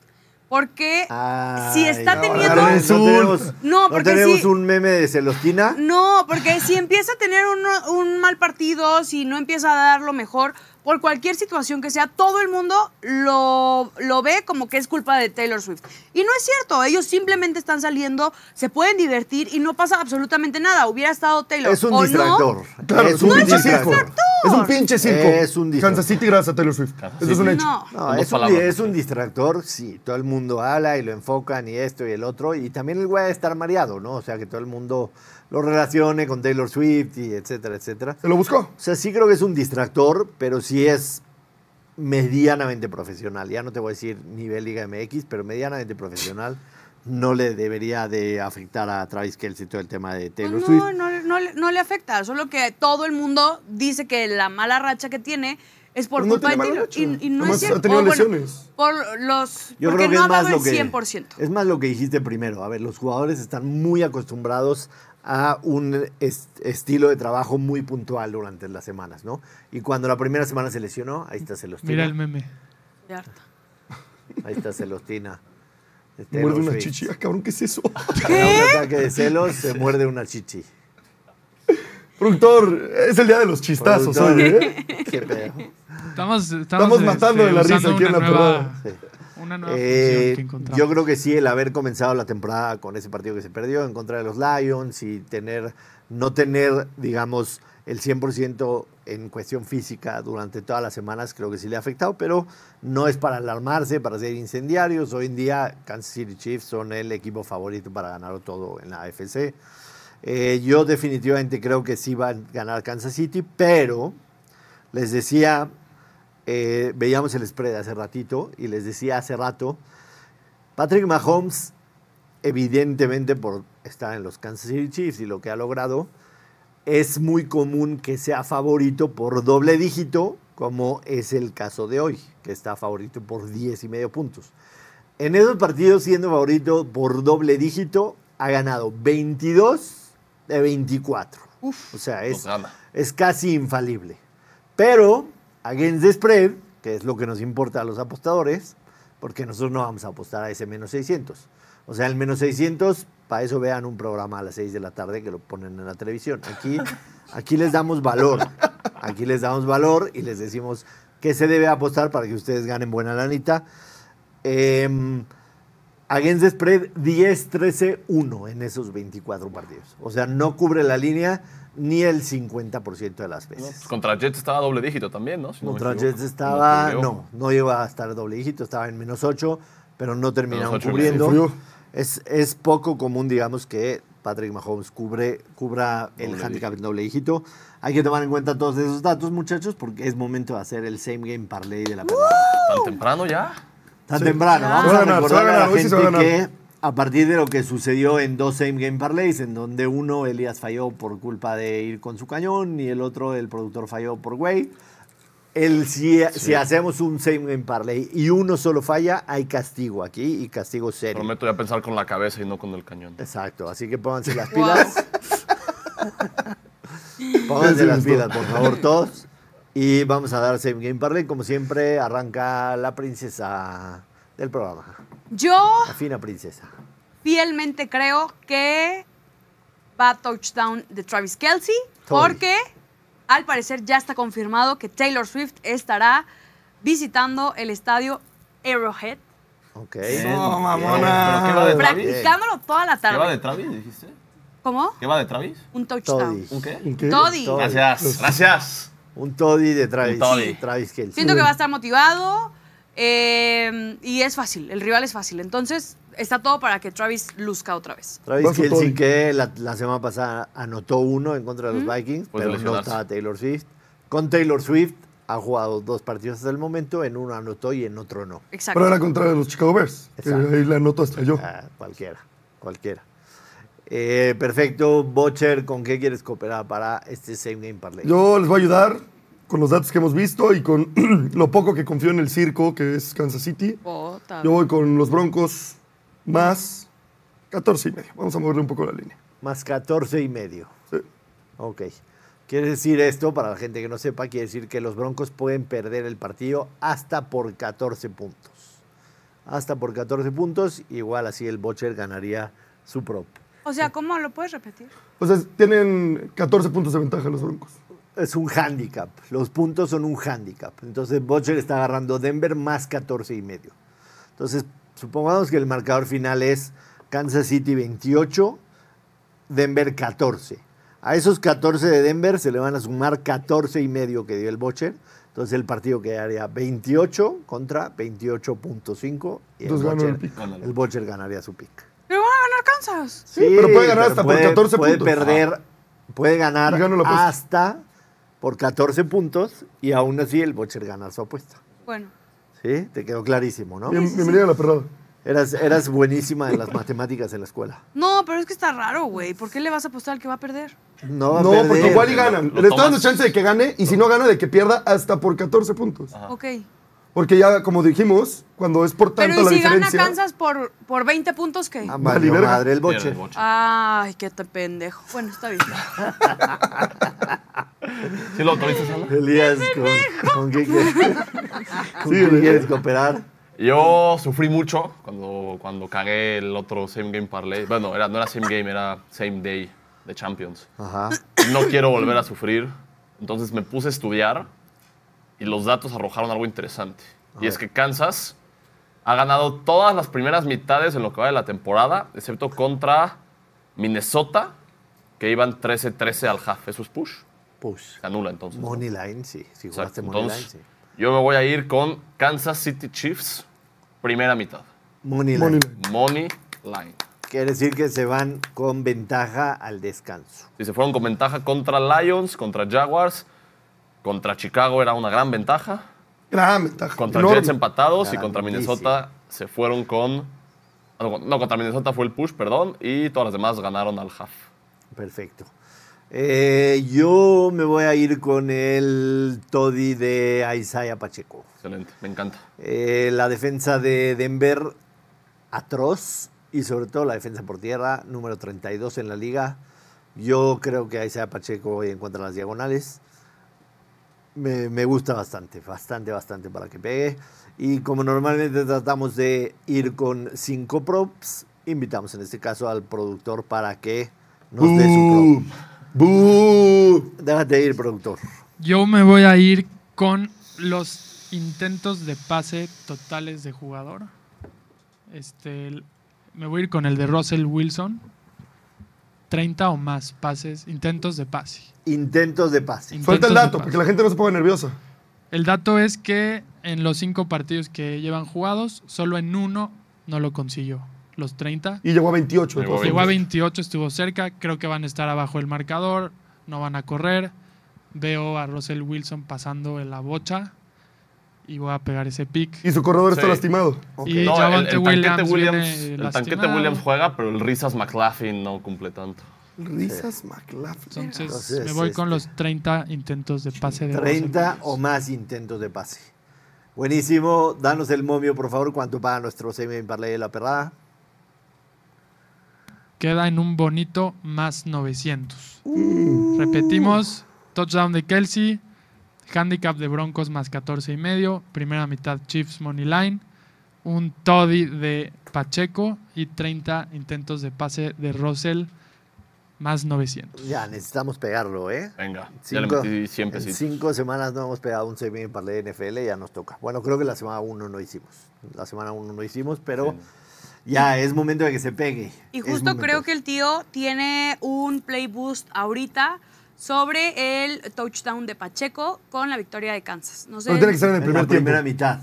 Speaker 4: Porque
Speaker 1: Ah.
Speaker 4: si está
Speaker 1: Ay,
Speaker 4: teniendo-
Speaker 1: ahora tenemos-
Speaker 3: No,
Speaker 1: tenemos-
Speaker 4: no,
Speaker 1: No,
Speaker 4: porque
Speaker 1: tenemos
Speaker 4: sí.
Speaker 1: un meme de Celostina.
Speaker 4: no, porque si empieza a tener un, un mal partido, si no empieza a dar lo mejor, por cualquier situación que sea, todo el mundo lo, lo ve como que es culpa de Taylor Swift. Y no es cierto, ellos simplemente están saliendo, se pueden divertir y no pasa absolutamente nada. Hubiera estado Taylor
Speaker 1: Es un
Speaker 4: o no,
Speaker 1: distractor.
Speaker 3: Claro,
Speaker 1: es un
Speaker 3: es un
Speaker 1: distractor.
Speaker 3: Es un pinche circo.
Speaker 1: Es un disco.
Speaker 3: Kansas City gracias a Taylor Swift.
Speaker 2: Kansas
Speaker 3: Eso es un
Speaker 2: City.
Speaker 3: hecho.
Speaker 4: No.
Speaker 1: No,
Speaker 2: Con dos
Speaker 1: es un,
Speaker 2: palabras,
Speaker 1: es un
Speaker 2: sí.
Speaker 1: distractor, sí. Todo el mundo habla y lo enfocan y esto y el otro. Y también el güey va a estar mareado, ¿no? O sea, que todo el mundo lo relacione con Taylor Swift y etcétera, etcétera.
Speaker 3: Se lo buscó.
Speaker 1: O sea, sí creo que es un distractor, pero sí es medianamente profesional. Ya no te voy a decir nivel Liga MX, pero medianamente profesional. No le debería de afectar a Travis Kelce todo el tema de
Speaker 4: Pues
Speaker 1: Taylor
Speaker 4: no,
Speaker 1: Swift.
Speaker 4: no, le- no le- no le afecta, solo que todo el mundo dice que la mala racha que tiene es por
Speaker 3: Pero Pues no
Speaker 4: culpa de
Speaker 3: tiene mala
Speaker 4: Taylor.
Speaker 3: racha.
Speaker 4: Y, y no
Speaker 3: Nomás
Speaker 4: es cierto.
Speaker 3: ha tenido
Speaker 4: O, bueno,
Speaker 3: lesiones.
Speaker 4: por los,
Speaker 1: Yo
Speaker 4: porque
Speaker 1: creo que
Speaker 4: no
Speaker 1: es
Speaker 4: ha dado
Speaker 1: más
Speaker 4: el
Speaker 1: lo que
Speaker 4: 100%.
Speaker 1: es más lo que dijiste primero. A ver, los jugadores están muy acostumbrados a un es- estilo de trabajo muy puntual durante las semanas, ¿no? Y cuando la primera semana se lesionó, ahí está
Speaker 5: Mira
Speaker 1: Celostina.
Speaker 5: el meme.
Speaker 4: De harta.
Speaker 1: Ahí está Celostina. Este,
Speaker 3: Muerde
Speaker 1: los
Speaker 3: una
Speaker 1: Swift.
Speaker 3: chichi. Ah, cabrón, ¿qué es eso?
Speaker 1: Le da Un ataque de celos, se muerde una chichi.
Speaker 3: Productor, es el día de los chistazos,
Speaker 1: Productor.
Speaker 3: oye. ¿eh?
Speaker 1: Qué pedo.
Speaker 5: Estamos, estamos,
Speaker 3: Estamos
Speaker 5: este,
Speaker 3: matando de la risa
Speaker 5: usando
Speaker 3: aquí en
Speaker 5: una
Speaker 3: la
Speaker 5: nueva,
Speaker 1: Sí.
Speaker 5: una nueva
Speaker 1: Eh,
Speaker 5: función que encontramos.
Speaker 1: yo creo que sí, el haber comenzado la temporada con ese partido que se perdió en contra de los Lions y tener, no tener, digamos, el 100% en cuestión física durante todas las semanas, creo que sí le ha afectado, pero no es para alarmarse, para ser incendiarios. Hoy en día, Kansas City Chiefs son el equipo favorito para ganarlo todo en la AFC. Eh, yo definitivamente creo que sí va a ganar Kansas City, pero les decía, eh, veíamos el spread hace ratito y les decía hace rato, Patrick Mahomes, evidentemente por estar en los Kansas City Chiefs y lo que ha logrado, es muy común que sea favorito por doble dígito, como es el caso de hoy, que está favorito por 10 y medio puntos. En esos partidos, siendo favorito por doble dígito, ha ganado 22 de 24. o sea, es,
Speaker 2: Nos gana.
Speaker 1: es casi infalible. Pero, against the spread, que es lo que nos importa a los apostadores, porque nosotros no vamos a apostar a ese menos 600. O sea, el menos 600, para eso vean un programa a las 6 de la tarde que lo ponen en la televisión. Aquí, aquí les damos valor. Aquí les damos valor y les decimos qué se debe apostar para que ustedes ganen buena lanita. Eh, Against the Spread 10-13-1 en esos 24 partidos. O sea, no cubre la línea ni el 50% de las
Speaker 2: No,
Speaker 1: veces.
Speaker 2: pues contra Jets estaba doble dígito también, ¿no? Si no me
Speaker 1: Contra
Speaker 2: equivoco.
Speaker 1: Jets estaba,
Speaker 2: cubrió.
Speaker 1: no, no iba a estar doble dígito, estaba en menos 8, pero no terminaron
Speaker 2: ocho y
Speaker 1: cubriendo.
Speaker 3: medio.
Speaker 1: Es, es poco común, digamos, que Patrick Mahomes cubre, cubra el
Speaker 2: Doble
Speaker 1: handicap en doble dígito. Hay que tomar en cuenta todos esos datos, muchachos, porque es momento de hacer el same game parlay de la pelota.
Speaker 2: Tan temprano ya.
Speaker 1: Tan temprano. Vamos
Speaker 3: Se
Speaker 1: a
Speaker 3: va a ganar,
Speaker 1: recordar
Speaker 3: se va a
Speaker 1: a,
Speaker 3: ganar,
Speaker 1: la
Speaker 3: hoy sí se va a
Speaker 1: gente que
Speaker 3: ganar.
Speaker 1: a partir de lo que sucedió en dos Same Game Parlays, en donde uno Elías falló por culpa de ir con su cañón y el otro el productor falló por güey. El, si, si hacemos un Same Game Parlay y uno solo falla, hay castigo aquí y castigo serio.
Speaker 2: Prometo ya pensar con la cabeza y no con el cañón.
Speaker 1: Exacto, así que pónganse las
Speaker 4: Wow.
Speaker 1: pilas. Pónganse
Speaker 3: Sí,
Speaker 1: las
Speaker 3: justo.
Speaker 1: pilas, por favor, todos. Y vamos a dar Same Game Parlay. Como siempre, arranca la princesa del programa.
Speaker 4: Yo
Speaker 1: La fina princesa.
Speaker 4: fielmente creo que va a touchdown de Travis Kelsey,
Speaker 1: Todo.
Speaker 4: porque al parecer ya está confirmado que Taylor Swift estará visitando el estadio Arrowhead,
Speaker 1: Ok.
Speaker 3: No,
Speaker 2: Pero ¿qué va
Speaker 3: mamona.
Speaker 2: de Travis?
Speaker 4: practicándolo toda la
Speaker 2: ¿Qué va de
Speaker 4: tarde.
Speaker 2: Travis, dijiste?
Speaker 4: ¿Cómo?
Speaker 2: ¿Qué va de Travis?
Speaker 4: Un touchdown.
Speaker 1: Toddy.
Speaker 2: ¿Un qué?
Speaker 3: ¿En qué?
Speaker 4: Toddy.
Speaker 1: Toddy.
Speaker 2: Gracias, gracias.
Speaker 1: Un toddy de Travis.
Speaker 2: Un toddy.
Speaker 1: Travis Kelce.
Speaker 4: Siento que va a estar motivado eh, y es fácil, el rival es fácil. Entonces está todo para que Travis luzca otra vez.
Speaker 1: Travis
Speaker 3: Va su
Speaker 1: Kelce
Speaker 3: toddy.
Speaker 1: que la, la semana pasada anotó uno en contra de los Vikings,
Speaker 2: Pues
Speaker 1: pero no
Speaker 2: lesionarse.
Speaker 1: estaba Taylor Swift. Con Taylor Swift ha jugado dos partidos hasta el momento, en uno anotó y en otro no.
Speaker 4: Exacto.
Speaker 3: Pero era contra los Chicago Bears. que
Speaker 1: Exacto.
Speaker 3: Ahí la noto hasta yo.
Speaker 1: Ah, cualquiera, cualquiera. Eh, perfecto, Bocher, ¿con qué quieres cooperar para este Same Game Parlay?
Speaker 3: Yo les voy a ayudar con los datos que hemos visto y con lo poco que confío en el circo, que es Kansas City.
Speaker 4: Bota.
Speaker 3: Yo voy con los Broncos más 14 y medio. Vamos a moverle un poco la línea.
Speaker 1: Más 14 y medio.
Speaker 3: Sí.
Speaker 1: Ok. Quiere decir esto, para la gente que no sepa, quiere decir que los Broncos pueden perder el partido hasta por 14 puntos. Hasta por 14 puntos, igual así el Bocher ganaría su prop.
Speaker 4: O sea, ¿cómo lo puedes repetir?
Speaker 3: O sea, tienen 14 puntos de ventaja los Broncos.
Speaker 1: Es un handicap. Los puntos son un handicap. Entonces Bocher está agarrando Denver más 14 y medio. Entonces, supongamos que el marcador final es Kansas City 28, Denver 14. A esos 14 de Denver se le van a sumar 14 y medio que dio el Bocher. Entonces el partido quedaría 28 contra 28.5 y el
Speaker 3: Entonces ganó el
Speaker 1: Butcher-
Speaker 3: pick.
Speaker 2: Ándale.
Speaker 1: el Bocher ganaría su pick.
Speaker 4: Pero van a ganar Kansas.
Speaker 3: Sí, pero puede ganar hasta por 14
Speaker 1: puede
Speaker 3: puntos. Ah,
Speaker 1: Perder, Puede ganar
Speaker 3: Y gano la apuesta.
Speaker 1: hasta por 14 puntos y aún así el Bocher gana su apuesta.
Speaker 4: Bueno,
Speaker 1: ¿Sí? Te quedó clarísimo, ¿no?
Speaker 3: Bien- bienvenido a la perrada.
Speaker 1: Eras, eras buenísima en las matemáticas en la escuela.
Speaker 4: no, pero es que está raro, güey. ¿Por qué le vas a apostar al que va a perder?
Speaker 1: No, va a
Speaker 3: No,
Speaker 1: perder.
Speaker 3: porque igual y
Speaker 2: Lo-
Speaker 3: ganan.
Speaker 2: lo
Speaker 3: Le está dando
Speaker 2: tomas.
Speaker 3: chance de que gane y si no gana, de que pierda hasta por 14 puntos.
Speaker 4: Ok.
Speaker 3: Porque ya, como dijimos, cuando es por tanto
Speaker 4: Pero ¿y
Speaker 3: la
Speaker 4: si gana
Speaker 3: diferencia.
Speaker 4: Kansas por, por 20 puntos qué?
Speaker 1: Ah,
Speaker 3: Vale,
Speaker 1: valió
Speaker 3: verga.
Speaker 1: madre el
Speaker 2: Pierde
Speaker 1: Bocher.
Speaker 4: Ah.
Speaker 2: Bocher.
Speaker 3: Ah,
Speaker 4: Ay, qué te pendejo. Bueno, está bien.
Speaker 2: ¿Sí lo tuviste, Sala?
Speaker 1: Elías, ¿con, ¿con qué quieres, con qué
Speaker 3: güey.
Speaker 1: quieres cooperar?
Speaker 2: Yo sufrí mucho cuando, cuando cagué el otro Same Game Parlay. Bueno, era, no era Same Game, era Same Day de Champions.
Speaker 1: Ajá.
Speaker 2: No quiero volver a sufrir. Entonces me puse a estudiar y los datos arrojaron algo interesante. Y es que Kansas ha ganado todas las primeras mitades en lo que va de la temporada, excepto contra Minnesota, que iban 13-13 al half. Eso es push.
Speaker 1: Push.
Speaker 2: Se anula entonces. ¿no?
Speaker 1: Money line, sí. Si
Speaker 2: Exacto.
Speaker 1: jugaste money line,
Speaker 2: Entonces,
Speaker 1: sí.
Speaker 2: yo me voy a ir con Kansas City Chiefs, primera mitad.
Speaker 1: Money line.
Speaker 3: Money
Speaker 2: Money line.
Speaker 1: Quiere decir que se van con ventaja al descanso.
Speaker 2: Si se fueron con ventaja contra Lions, contra Jaguars, contra Chicago era una gran ventaja.
Speaker 3: Gran ventaja.
Speaker 2: Contra
Speaker 3: enorme.
Speaker 2: Jets empatados y contra
Speaker 1: Grandísimo.
Speaker 2: Minnesota se fueron con. ah, No, no, contra Minnesota fue el push, perdón, y todas las demás ganaron al half.
Speaker 1: Perfecto. Eh, yo me voy a ir con el Toddy de Isaiah Pacheco.
Speaker 2: Excelente, me encanta.
Speaker 1: Eh, la defensa de Denver, atroz, y sobre todo la defensa por tierra, número 32 en la liga. Yo creo que Isaiah Pacheco hoy encuentra las diagonales. Me, me gusta bastante, bastante, bastante para que pegue. Y como normalmente tratamos de ir con cinco props, invitamos en este caso al productor para que nos dé su
Speaker 3: Boo. Boo.
Speaker 1: prop. Déjate ir, productor.
Speaker 5: Yo me voy a ir con los intentos de pase totales de jugador. Este, el- me voy a ir con el de Russell Wilson. 30 o más pases, intentos de pase.
Speaker 1: Intentos de pase.
Speaker 5: Intentos
Speaker 3: Suelta el
Speaker 5: de
Speaker 3: dato,
Speaker 5: pase.
Speaker 3: porque la gente no se ponga nerviosa.
Speaker 5: El dato es que en los cinco partidos que llevan jugados, solo en uno no lo consiguió. Los 30.
Speaker 3: Y llegó a 28.
Speaker 2: Llegó a
Speaker 3: entonces.
Speaker 5: Llegó a 28, estuvo cerca. Creo que van a estar abajo el marcador. No van a correr. Veo a Russell Wilson pasando en la bocha. Y voy a pegar ese pick.
Speaker 3: Y su corredor está
Speaker 2: Sí.
Speaker 3: lastimado.
Speaker 1: Ok.
Speaker 5: Y
Speaker 2: No, el,
Speaker 5: Javonte
Speaker 2: el tanquete
Speaker 5: Williams
Speaker 2: Williams,
Speaker 5: viene
Speaker 2: el tanquete
Speaker 5: lastimado.
Speaker 2: Williams juega, pero el Risas McLaughlin no cumple tanto.
Speaker 3: Risas McLaughlin.
Speaker 5: Entonces,
Speaker 1: Entonces,
Speaker 5: me voy con
Speaker 1: este-
Speaker 5: los 30 intentos de pase pues. de Russell
Speaker 1: 30 o
Speaker 5: Wilson.
Speaker 1: más intentos de pase. Buenísimo. Danos el momio, por favor, cuánto paga nuestro semi en parlay de la perrada.
Speaker 5: Queda en un bonito más 900. Uh. Repetimos, touchdown de Kelsey, handicap de Broncos más 14 y medio, primera mitad Chiefs money line, un toddy de Pacheco y 30 intentos de pase de Russell más 900.
Speaker 1: Ya, necesitamos pegarlo, ¿eh?
Speaker 2: Venga, ya
Speaker 1: Cinco-
Speaker 2: le metí 100
Speaker 1: en
Speaker 2: pesitos.
Speaker 1: cinco semanas no hemos pegado un semi en parlay de NFL, ya nos toca. Bueno, creo que la semana 1 no hicimos. La semana 1 no hicimos, pero ya es momento de que se pegue.
Speaker 4: Y
Speaker 1: Es
Speaker 4: justo creo
Speaker 1: momento.
Speaker 4: que el tío tiene un play boost ahorita sobre el touchdown de Pacheco con la victoria de Kansas. No sé.
Speaker 3: Pero tiene que ser en el
Speaker 1: En
Speaker 3: primer
Speaker 1: la primera
Speaker 3: tiempo.
Speaker 1: mitad.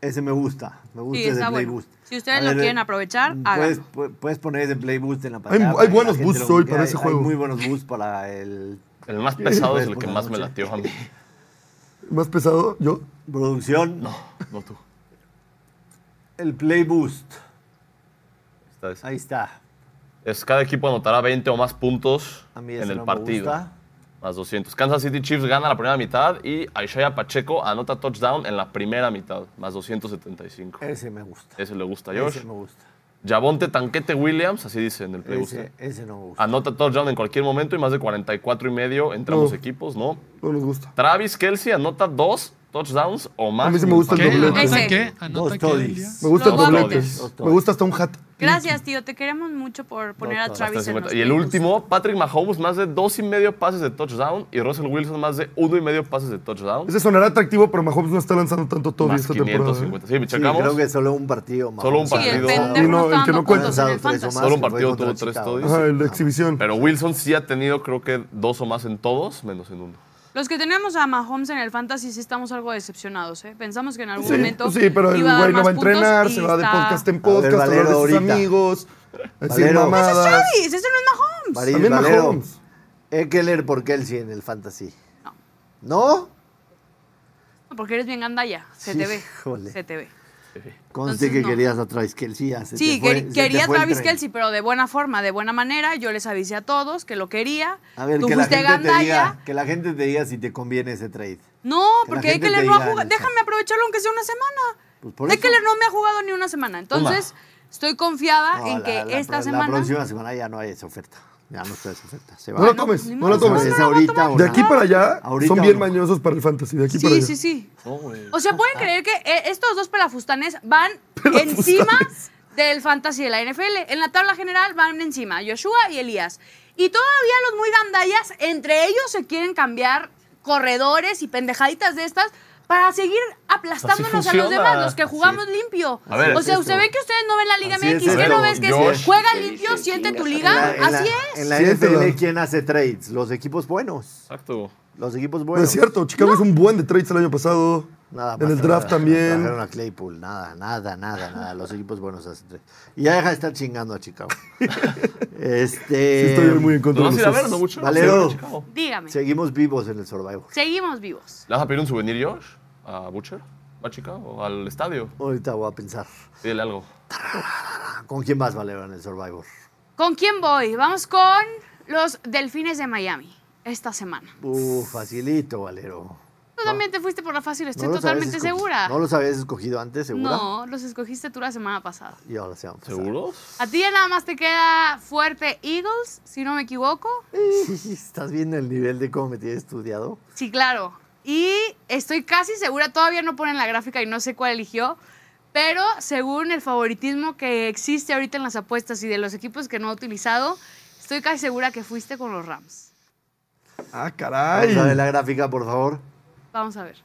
Speaker 1: Ese me gusta. Me gusta
Speaker 4: Sí,
Speaker 1: ese
Speaker 4: está
Speaker 1: play
Speaker 4: bueno.
Speaker 1: boost.
Speaker 4: Si ustedes
Speaker 1: A
Speaker 4: lo
Speaker 1: ver,
Speaker 4: quieren
Speaker 1: eh,
Speaker 4: aprovechar,
Speaker 1: puedes,
Speaker 4: háganlo.
Speaker 1: pu- puedes poner ese play boost en la pantalla.
Speaker 3: hay
Speaker 1: para que la
Speaker 3: buenos
Speaker 1: gente
Speaker 3: boosts
Speaker 1: lo
Speaker 3: hoy
Speaker 1: busque.
Speaker 3: para
Speaker 1: Hay-
Speaker 3: ese
Speaker 1: hay
Speaker 3: juego.
Speaker 1: muy buenos boosts para el
Speaker 2: El más pesado es el
Speaker 1: Por
Speaker 2: que
Speaker 1: la
Speaker 2: más me
Speaker 1: noche.
Speaker 2: latió a mí.
Speaker 3: Más pesado, yo.
Speaker 1: producción.
Speaker 2: No, no tú.
Speaker 1: El play boost.
Speaker 2: Está ese.
Speaker 1: Ahí está.
Speaker 2: Es, cada equipo anotará 20 o más puntos
Speaker 1: A mí ese
Speaker 2: en el
Speaker 1: no me
Speaker 2: partido.
Speaker 1: gusta.
Speaker 2: Más 200. Kansas City Chiefs gana la primera mitad y Aishaya Pacheco anota touchdown en la primera mitad. Más 275.
Speaker 1: Ese me gusta.
Speaker 2: Ese le gusta a Josh.
Speaker 1: Ese me gusta.
Speaker 2: Javonte Tanquete Williams, así dice en el playbook.
Speaker 1: Ese, ese no me gusta.
Speaker 2: Anota touchdown en cualquier momento y más de 44 y medio entre
Speaker 3: No.
Speaker 2: ambos equipos, ¿no?
Speaker 3: No nos gusta.
Speaker 2: Travis Kelsey anota dos touchdowns o más.
Speaker 3: A mí sí me gusta el este
Speaker 5: ¿Qué?
Speaker 3: doblete.
Speaker 5: ¿Anota
Speaker 4: Ese.
Speaker 2: Ah,
Speaker 5: qué? ¿Anota
Speaker 1: Dos
Speaker 5: qué del día?
Speaker 1: toddies.
Speaker 3: Me gustan
Speaker 4: Los
Speaker 3: dobletes.
Speaker 2: guapos.
Speaker 3: Me gusta hasta un hat.
Speaker 4: Gracias, tío. Te queremos mucho por poner a
Speaker 1: Doctor.
Speaker 4: Travis en los
Speaker 2: Y el
Speaker 4: playoffs.
Speaker 2: último, Patrick Mahomes, más de dos y medio pases de touchdown. Y Russell Wilson, más de uno y medio pases de touchdown.
Speaker 3: Ese sonará atractivo, pero Mahomes no está lanzando tanto todo
Speaker 2: más
Speaker 3: esta temporada. ¿eh?
Speaker 2: 550. Sí, me
Speaker 1: Sí,
Speaker 2: checamos.
Speaker 1: creo que solo un partido más.
Speaker 2: Solo un
Speaker 4: Sí, el
Speaker 2: partido.
Speaker 4: pendejo
Speaker 3: Uno,
Speaker 4: no
Speaker 3: el
Speaker 4: está
Speaker 3: que
Speaker 4: dando
Speaker 3: no cuenta.
Speaker 4: puntos en
Speaker 1: Lanzado
Speaker 4: el
Speaker 1: tres o
Speaker 4: fantasy.
Speaker 1: más.
Speaker 2: Solo un
Speaker 1: que fue
Speaker 2: partido
Speaker 1: contra
Speaker 2: tuvo tres
Speaker 1: Chicago.
Speaker 2: toddies.
Speaker 3: Ajá, el de exhibición.
Speaker 2: Pero Wilson sí ha tenido, creo que, dos o más en todos, menos en uno.
Speaker 4: Los que tenemos a Mahomes en el fantasy sí estamos algo decepcionados, ¿eh? Pensamos que en algún
Speaker 3: Sí, pues
Speaker 4: momento
Speaker 3: sí, pero el
Speaker 4: iba a dar
Speaker 3: güey no
Speaker 4: más
Speaker 3: va a
Speaker 4: puntos
Speaker 3: entrenar,
Speaker 4: y
Speaker 3: se va de
Speaker 4: está-
Speaker 3: podcast en
Speaker 1: ver,
Speaker 3: podcast, a hablar de
Speaker 1: Valero,
Speaker 3: sus
Speaker 1: ahorita.
Speaker 3: amigos, a decir
Speaker 1: Valero.
Speaker 4: ¡Ese
Speaker 3: mamadas.
Speaker 4: es Travis! ¡Ese no es Mahomes!
Speaker 1: Vale.
Speaker 3: También
Speaker 1: Valero.
Speaker 3: Mahomes.
Speaker 1: Ekeler por Kelsey en el fantasy.
Speaker 4: No.
Speaker 1: ¿No?
Speaker 4: No, Porque eres bien gandalla. Se te ve.
Speaker 1: Híjole.
Speaker 4: Se te ve.
Speaker 1: Conste
Speaker 4: Entonces,
Speaker 1: que
Speaker 4: no.
Speaker 1: querías a Travis Kelsey. ya se
Speaker 4: Sí,
Speaker 1: te fue-
Speaker 4: quer-
Speaker 1: se te
Speaker 4: quería
Speaker 1: fue el
Speaker 4: Travis
Speaker 1: tren.
Speaker 4: Kelsey, pero de buena forma, de buena manera. Yo les avisé a todos que lo quería.
Speaker 1: A ver,
Speaker 4: Tú
Speaker 1: que la,
Speaker 4: fuiste
Speaker 1: gente te
Speaker 4: gandalla.
Speaker 1: diga, que la gente te diga si te conviene ese trade.
Speaker 4: No,
Speaker 1: Que la
Speaker 4: porque hay
Speaker 1: gente
Speaker 4: que
Speaker 1: te
Speaker 4: no ha
Speaker 1: diga
Speaker 4: jugado.
Speaker 1: eso.
Speaker 4: Déjame aprovecharlo aunque sea una semana.
Speaker 1: Pues por
Speaker 4: Hay que
Speaker 1: eso.
Speaker 4: no me ha jugado ni una semana. Entonces, estoy confiada
Speaker 1: No,
Speaker 4: en
Speaker 1: la-
Speaker 4: que
Speaker 1: la
Speaker 4: esta
Speaker 1: pro-
Speaker 4: semana.
Speaker 1: La próxima semana ya no hay esa oferta. Ya no está esa oferta. Se va.
Speaker 3: No la tomes,
Speaker 4: ni
Speaker 3: no la
Speaker 4: modo,
Speaker 1: Entonces,
Speaker 3: tomes.
Speaker 4: no,
Speaker 1: es
Speaker 4: la voy a
Speaker 1: ahorita
Speaker 4: tomar.
Speaker 1: o
Speaker 3: De
Speaker 1: nada.
Speaker 3: aquí para allá
Speaker 1: Ahorita
Speaker 3: son bien
Speaker 1: o no.
Speaker 3: mañosos para el fantasy. De aquí para
Speaker 4: Sí,
Speaker 3: allá.
Speaker 4: sí, sí.
Speaker 2: No, güey.
Speaker 4: O sea, pueden creer que eh, estos dos pelafustanes van encima del fantasy de la NFL. En la tabla general van encima Joshua y Elías. Y todavía los muy gandallas, entre ellos se quieren cambiar corredores y pendejaditas de estas para seguir aplastándonos
Speaker 2: Así
Speaker 4: a los demás,
Speaker 2: funciona.
Speaker 4: los que jugamos limpio.
Speaker 2: A ver,
Speaker 4: o sea,
Speaker 1: es
Speaker 4: usted
Speaker 1: esto.
Speaker 4: ve que ustedes no ven la Liga
Speaker 1: Así
Speaker 4: MX,
Speaker 1: es
Speaker 4: que
Speaker 1: esto.
Speaker 4: no ves que
Speaker 2: Josh,
Speaker 4: es juega
Speaker 7: que
Speaker 4: limpio,
Speaker 7: dice,
Speaker 4: siente tu
Speaker 7: "Chingas a
Speaker 1: En la-
Speaker 4: liga,
Speaker 1: en la-
Speaker 4: así es.
Speaker 1: En la
Speaker 3: Sí, es
Speaker 1: NFL,
Speaker 3: verdad.
Speaker 1: ¿quién hace trades? Los equipos buenos.
Speaker 2: Exacto.
Speaker 1: Los equipos
Speaker 3: No
Speaker 1: buenos.
Speaker 3: es cierto, Chicago es un buen de trades el año pasado.
Speaker 1: Nada
Speaker 3: en el
Speaker 1: pasa,
Speaker 3: draft
Speaker 1: nada.
Speaker 3: también.
Speaker 1: Trajeron a Claypool, nada, nada, nada, nada. Los equipos buenos hacen trades. Y ya deja de estar chingando a Chicago. este.
Speaker 3: Sí, estoy muy en contra
Speaker 2: ¿Lo vas a
Speaker 3: de
Speaker 2: ir a
Speaker 3: los
Speaker 2: ver, no
Speaker 3: Osos.
Speaker 2: mucho?
Speaker 1: Valero.
Speaker 2: ¿Vas a ir a Chicago?
Speaker 4: Dígame,
Speaker 1: Seguimos vivos en el Survivor.
Speaker 4: seguimos vivos.
Speaker 2: ¿Le vas a pedir un souvenir, Josh? ¿A Butcher? ¿A Chicago? ¿Al estadio?
Speaker 1: Ahorita voy a pensar.
Speaker 2: Dile algo.
Speaker 1: Ah, ¿Con quién vas, Valero, en el Survivor?
Speaker 4: ¿Con quién voy? Vamos con los Delfines de Miami esta semana.
Speaker 1: Uh, facilito, Valero.
Speaker 4: Tú también te fuiste por la fácil, estoy
Speaker 1: Ah. No los habías
Speaker 4: totalmente
Speaker 1: escogido-
Speaker 4: segura.
Speaker 1: ¿No los habías escogido antes, segura?
Speaker 4: No, los escogiste tú la semana pasada.
Speaker 1: Y ahora se van a pasar.
Speaker 2: ¿Seguros?
Speaker 4: A ti ya nada más te queda fuerte Eagles, si no me equivoco.
Speaker 1: ¿Estás viendo el nivel de cómo me tienes estudiado?
Speaker 4: Sí, claro. Y estoy casi segura, todavía no ponen la gráfica y no sé cuál eligió, pero según el favoritismo que existe ahorita en las apuestas y de los equipos que no he utilizado, estoy casi segura que fuiste con los Rams.
Speaker 3: Ah,
Speaker 1: Vamos a ver
Speaker 3: caray.
Speaker 1: la gráfica, por favor.
Speaker 4: Vamos a ver.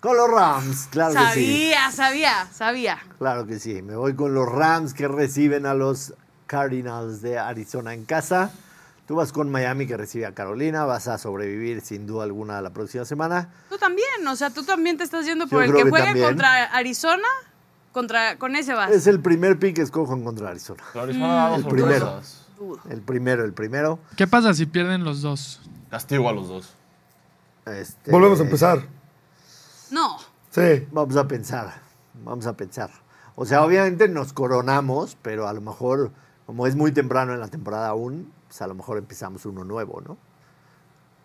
Speaker 1: Con los Rams, claro que sí.
Speaker 4: Sabía, sabía, sabía.
Speaker 1: Claro que sí. Me voy con los Rams que reciben a los Cardinals de Arizona en casa. Tú vas con Miami que recibe a Carolina. Vas a sobrevivir sin duda alguna la próxima semana.
Speaker 4: Tú también, o sea, tú también te estás yendo
Speaker 1: Yo
Speaker 4: por el
Speaker 1: creo
Speaker 4: que
Speaker 1: que
Speaker 4: juegue
Speaker 1: también.
Speaker 4: contra Arizona, contra, con ese vas.
Speaker 1: Es el primer pick que escojo en contra de Arizona.
Speaker 2: Claro, ah, dos
Speaker 1: el primero.
Speaker 2: sorpresas.
Speaker 4: Dudo.
Speaker 1: El primero, el primero.
Speaker 5: ¿Qué pasa si pierden los dos?
Speaker 2: Castigo a los dos.
Speaker 1: Este,
Speaker 3: Volvemos a empezar.
Speaker 4: No,
Speaker 3: Sí.
Speaker 1: Vamos a pensar, vamos a pensar. O sea, obviamente nos coronamos, pero a lo mejor, como es muy temprano en la temporada aún, pues a lo mejor empezamos uno nuevo, ¿no?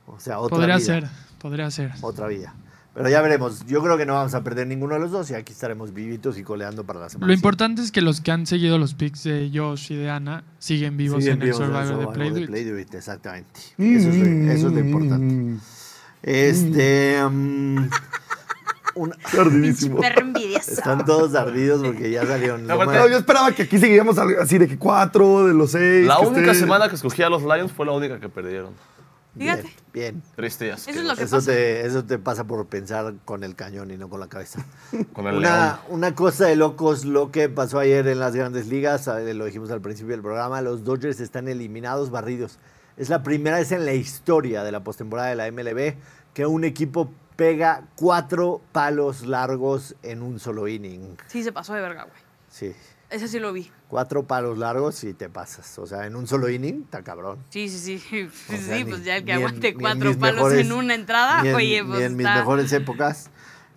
Speaker 1: O sea, otra
Speaker 5: podría
Speaker 1: vida.
Speaker 5: ser, podría ser.
Speaker 1: Otra vida. Pero ya veremos. Yo creo que no vamos a perder ninguno de los dos y aquí estaremos vivitos y coleando para la semana.
Speaker 5: Lo importante es que los que han seguido los picks de Josh y de Ana siguen vivos en el Survivor, de Play Do It.
Speaker 1: It. Exactamente. Eso es lo, eso es lo
Speaker 3: Mm.
Speaker 1: importante. Este. mm, un-
Speaker 3: Tardidísimo.
Speaker 4: perro envidioso.
Speaker 1: están todos ardidos porque ya salieron.
Speaker 2: No,
Speaker 1: Lo
Speaker 2: aparte-
Speaker 1: más-
Speaker 3: No, yo esperaba que aquí seguíamos al- así de que cuatro, de los seis.
Speaker 2: La
Speaker 3: que
Speaker 2: única
Speaker 3: esté-
Speaker 2: semana que escogí a los Lions fue la única que perdieron.
Speaker 1: Bien,
Speaker 4: Fíjate.
Speaker 1: bien.
Speaker 2: Triste y
Speaker 4: es lo
Speaker 2: asqueroso.
Speaker 4: que
Speaker 1: Eso
Speaker 4: pasa.
Speaker 1: te, eso te pasa por pensar con el cañón y no con la cabeza.
Speaker 2: Con el
Speaker 1: Una,
Speaker 2: león.
Speaker 1: una cosa de locos, lo que pasó ayer en las grandes ligas, eh, lo dijimos al principio del programa, los Dodgers están eliminados, barridos. Es la primera vez en la historia de la postemporada de la MLB que un equipo pega cuatro palos largos en un solo inning.
Speaker 4: Sí, se pasó de verga, güey.
Speaker 1: Sí,
Speaker 4: Ese sí lo vi.
Speaker 1: cuatro palos largos y te pasas. O sea, en un solo inning, está cabrón.
Speaker 4: Sí, sí, sí. Sí,
Speaker 1: O sea,
Speaker 4: sí,
Speaker 1: ni-
Speaker 4: pues ya el que
Speaker 1: ni en- ni
Speaker 4: aguante
Speaker 1: en
Speaker 4: cuatro
Speaker 1: mis
Speaker 4: palos
Speaker 1: mejores-
Speaker 4: en una entrada,
Speaker 1: ni en-
Speaker 4: oye,
Speaker 1: ni
Speaker 4: pues
Speaker 1: en mis
Speaker 4: está-
Speaker 1: mejores épocas.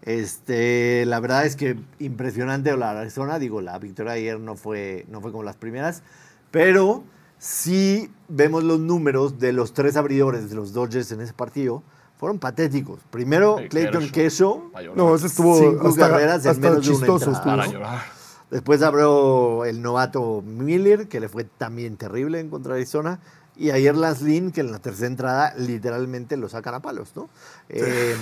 Speaker 1: Este, la verdad es que impresionante la Arizona, digo, la victoria de ayer no fue, no fue como las primeras, pero sí vemos los números de los tres abridores de los Dodgers en ese partido, fueron patéticos. Primero,
Speaker 2: Sí,
Speaker 1: Clayton
Speaker 2: Kershaw.
Speaker 1: Kesho,
Speaker 2: Para llorar.
Speaker 3: No, ese estuvo
Speaker 1: Cinco
Speaker 3: hasta,
Speaker 1: carreras en
Speaker 3: hasta
Speaker 1: menos de una
Speaker 3: chistoso.
Speaker 1: entrada.
Speaker 2: Para
Speaker 3: estuvo.
Speaker 2: llorar.
Speaker 1: después abrió el novato Miller, que le fue también terrible en contra de Arizona, Y ayer Lance Lynn, que en la tercera entrada literalmente lo sacan a palos, ¿no? Eh,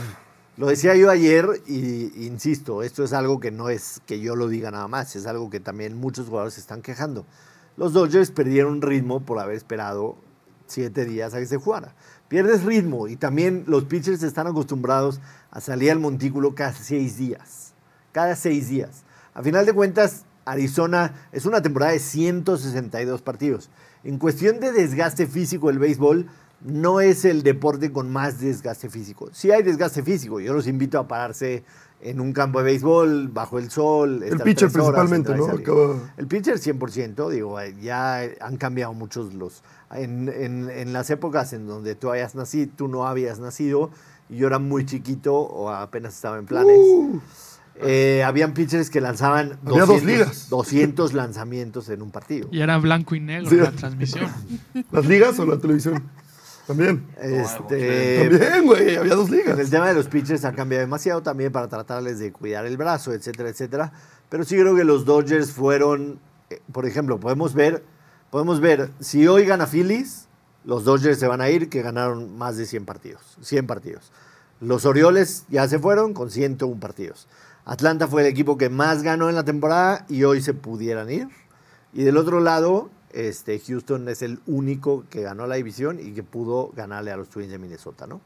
Speaker 1: lo decía yo ayer y insisto, esto es algo que no es que yo lo diga nada más, es algo que también muchos jugadores se están quejando. Los Dodgers perdieron ritmo por haber esperado siete días a que se jugara. Pierdes ritmo y también los pitchers están acostumbrados a salir al montículo cada seis días. Cada seis días. A final de cuentas, Arizona es una temporada de 162 partidos. En cuestión de desgaste físico, el béisbol no es el deporte con más desgaste físico. Sí hay desgaste físico. Yo los invito a pararse en un campo de béisbol, bajo el sol.
Speaker 3: El
Speaker 1: estar
Speaker 3: pitcher
Speaker 1: tres horas,
Speaker 3: principalmente,
Speaker 1: entrar y
Speaker 3: ¿no?
Speaker 1: salir.
Speaker 3: Acaba-
Speaker 1: El pitcher 100%, digo, eh, ya han cambiado muchos los... En, en- en las épocas en donde tú, hayas nacido, tú no habías nacido, y yo era muy chiquito o apenas estaba en planes,
Speaker 3: Uh,
Speaker 1: eh, habían pitchers que lanzaban
Speaker 3: Había dos ligas.
Speaker 1: 200 lanzamientos en un partido.
Speaker 5: Y era blanco y negro
Speaker 3: Sí.
Speaker 5: la transmisión.
Speaker 3: ¿Las ligas o la televisión? También.
Speaker 1: Este,
Speaker 3: También, güey, había dos
Speaker 1: En el
Speaker 3: ligas.
Speaker 1: tema de los pitchers ha cambiado demasiado también para tratarles de cuidar el brazo, etcétera, etcétera. Pero sí creo que los Dodgers fueron, eh, por ejemplo, podemos ver, podemos ver, si hoy gana Phillies, los Dodgers se van a ir que ganaron más de 100 partidos, 100 partidos. Los Orioles ya se fueron con 101 partidos. Atlanta fue el equipo que más ganó en la temporada y hoy se pudieran ir. Y del otro lado, este, Houston es el único que ganó la división y que pudo ganarle a los Twins de Minnesota, ¿no?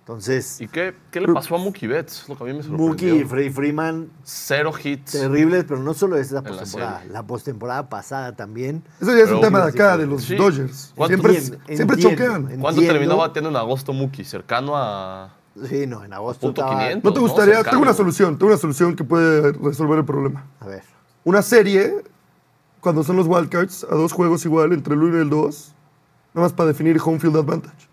Speaker 1: Entonces,
Speaker 2: ¿Y qué, qué le pasó a Mookie Betts? Lo que a mí me sorprendió.
Speaker 1: Mookie y Freddie Freeman,
Speaker 2: Cero hits.
Speaker 1: terribles, pero no solo esa
Speaker 2: la
Speaker 1: postemporada,
Speaker 2: serie.
Speaker 1: la postemporada pasada también.
Speaker 3: Eso ya es
Speaker 2: Pero-
Speaker 3: un tema de acá, de los
Speaker 2: Sí.
Speaker 3: Dodgers.
Speaker 2: ¿Cuánto-
Speaker 3: Siempre,
Speaker 1: Entiendo,
Speaker 3: siempre
Speaker 1: entiendo,
Speaker 3: choquean.
Speaker 1: entiendo.
Speaker 2: ¿Cuánto terminó batiendo en agosto Mookie? ¿Cercano a
Speaker 1: Sí, no, en agosto
Speaker 2: punto
Speaker 1: estaba-
Speaker 2: 500?
Speaker 3: ¿No te gustaría?
Speaker 2: Cercano.
Speaker 3: Tengo una solución, tengo una solución que puede resolver el problema.
Speaker 1: A ver,
Speaker 3: Una serie, cuando son los wildcards, a dos juegos igual, entre el 1 y el 2, nada más para definir home field advantage.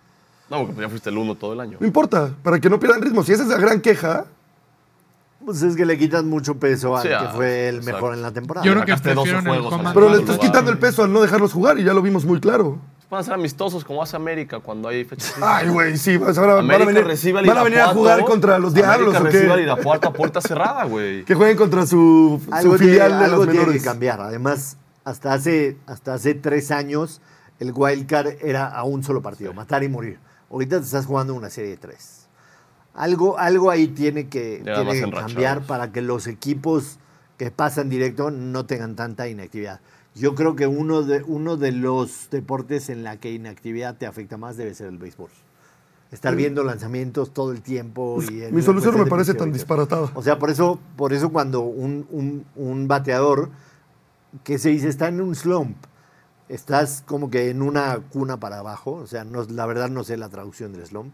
Speaker 2: No, porque ya fuiste el uno todo el año.
Speaker 3: No importa, para que no pierdan ritmo. Si esa es la gran queja,
Speaker 1: pues es que le quitan mucho peso al
Speaker 2: Sí,
Speaker 1: que
Speaker 2: ah,
Speaker 1: fue el
Speaker 2: exacto.
Speaker 1: mejor en la temporada.
Speaker 5: Yo creo que
Speaker 2: Sacaste 12
Speaker 5: prefiero en el
Speaker 2: juegos a la
Speaker 5: Command.
Speaker 2: Pero
Speaker 3: pero
Speaker 2: Ah,
Speaker 3: le
Speaker 2: lo
Speaker 3: estás
Speaker 2: va.
Speaker 3: quitando el peso al no dejarlos jugar y ya lo vimos muy claro.
Speaker 2: Van a ser amistosos como hace América cuando hay fechas.
Speaker 3: Ay, güey, sí, o sea, van a, Ah, van a
Speaker 2: América
Speaker 3: venir,
Speaker 2: recibe al
Speaker 3: van a venir a
Speaker 2: Irapuato,
Speaker 3: jugar contra los diablos
Speaker 2: América
Speaker 3: o qué?
Speaker 2: recibe al Irapuato a puerta cerrada, güey.
Speaker 3: Que jueguen contra su, su
Speaker 1: algo tiene,
Speaker 3: filial de
Speaker 1: algo
Speaker 3: los
Speaker 1: tiene
Speaker 3: menores.
Speaker 1: que cambiar. Además, hasta hace, hasta hace tres años, el wild card era a un solo partido, matar y morir. Ahorita te estás jugando una serie de tres. Algo, algo ahí tiene que,
Speaker 2: Llegan
Speaker 1: tiene
Speaker 2: más
Speaker 1: que
Speaker 2: enrachados.
Speaker 1: cambiar para que los equipos que pasan directo no tengan tanta inactividad. Yo creo que uno de, uno de los deportes en la que inactividad te afecta más debe ser el béisbol. Estar viendo lanzamientos todo el tiempo. Y en
Speaker 3: Mi solución no
Speaker 1: cuestión
Speaker 3: me
Speaker 1: de
Speaker 3: parece
Speaker 1: picheo y
Speaker 3: tan
Speaker 1: todo.
Speaker 3: disparatada.
Speaker 1: O sea, por eso, por eso cuando un, un- un bateador que se dice está en un slump, estás como que en una cuna para abajo. O sea, no, la verdad no sé la traducción del slump.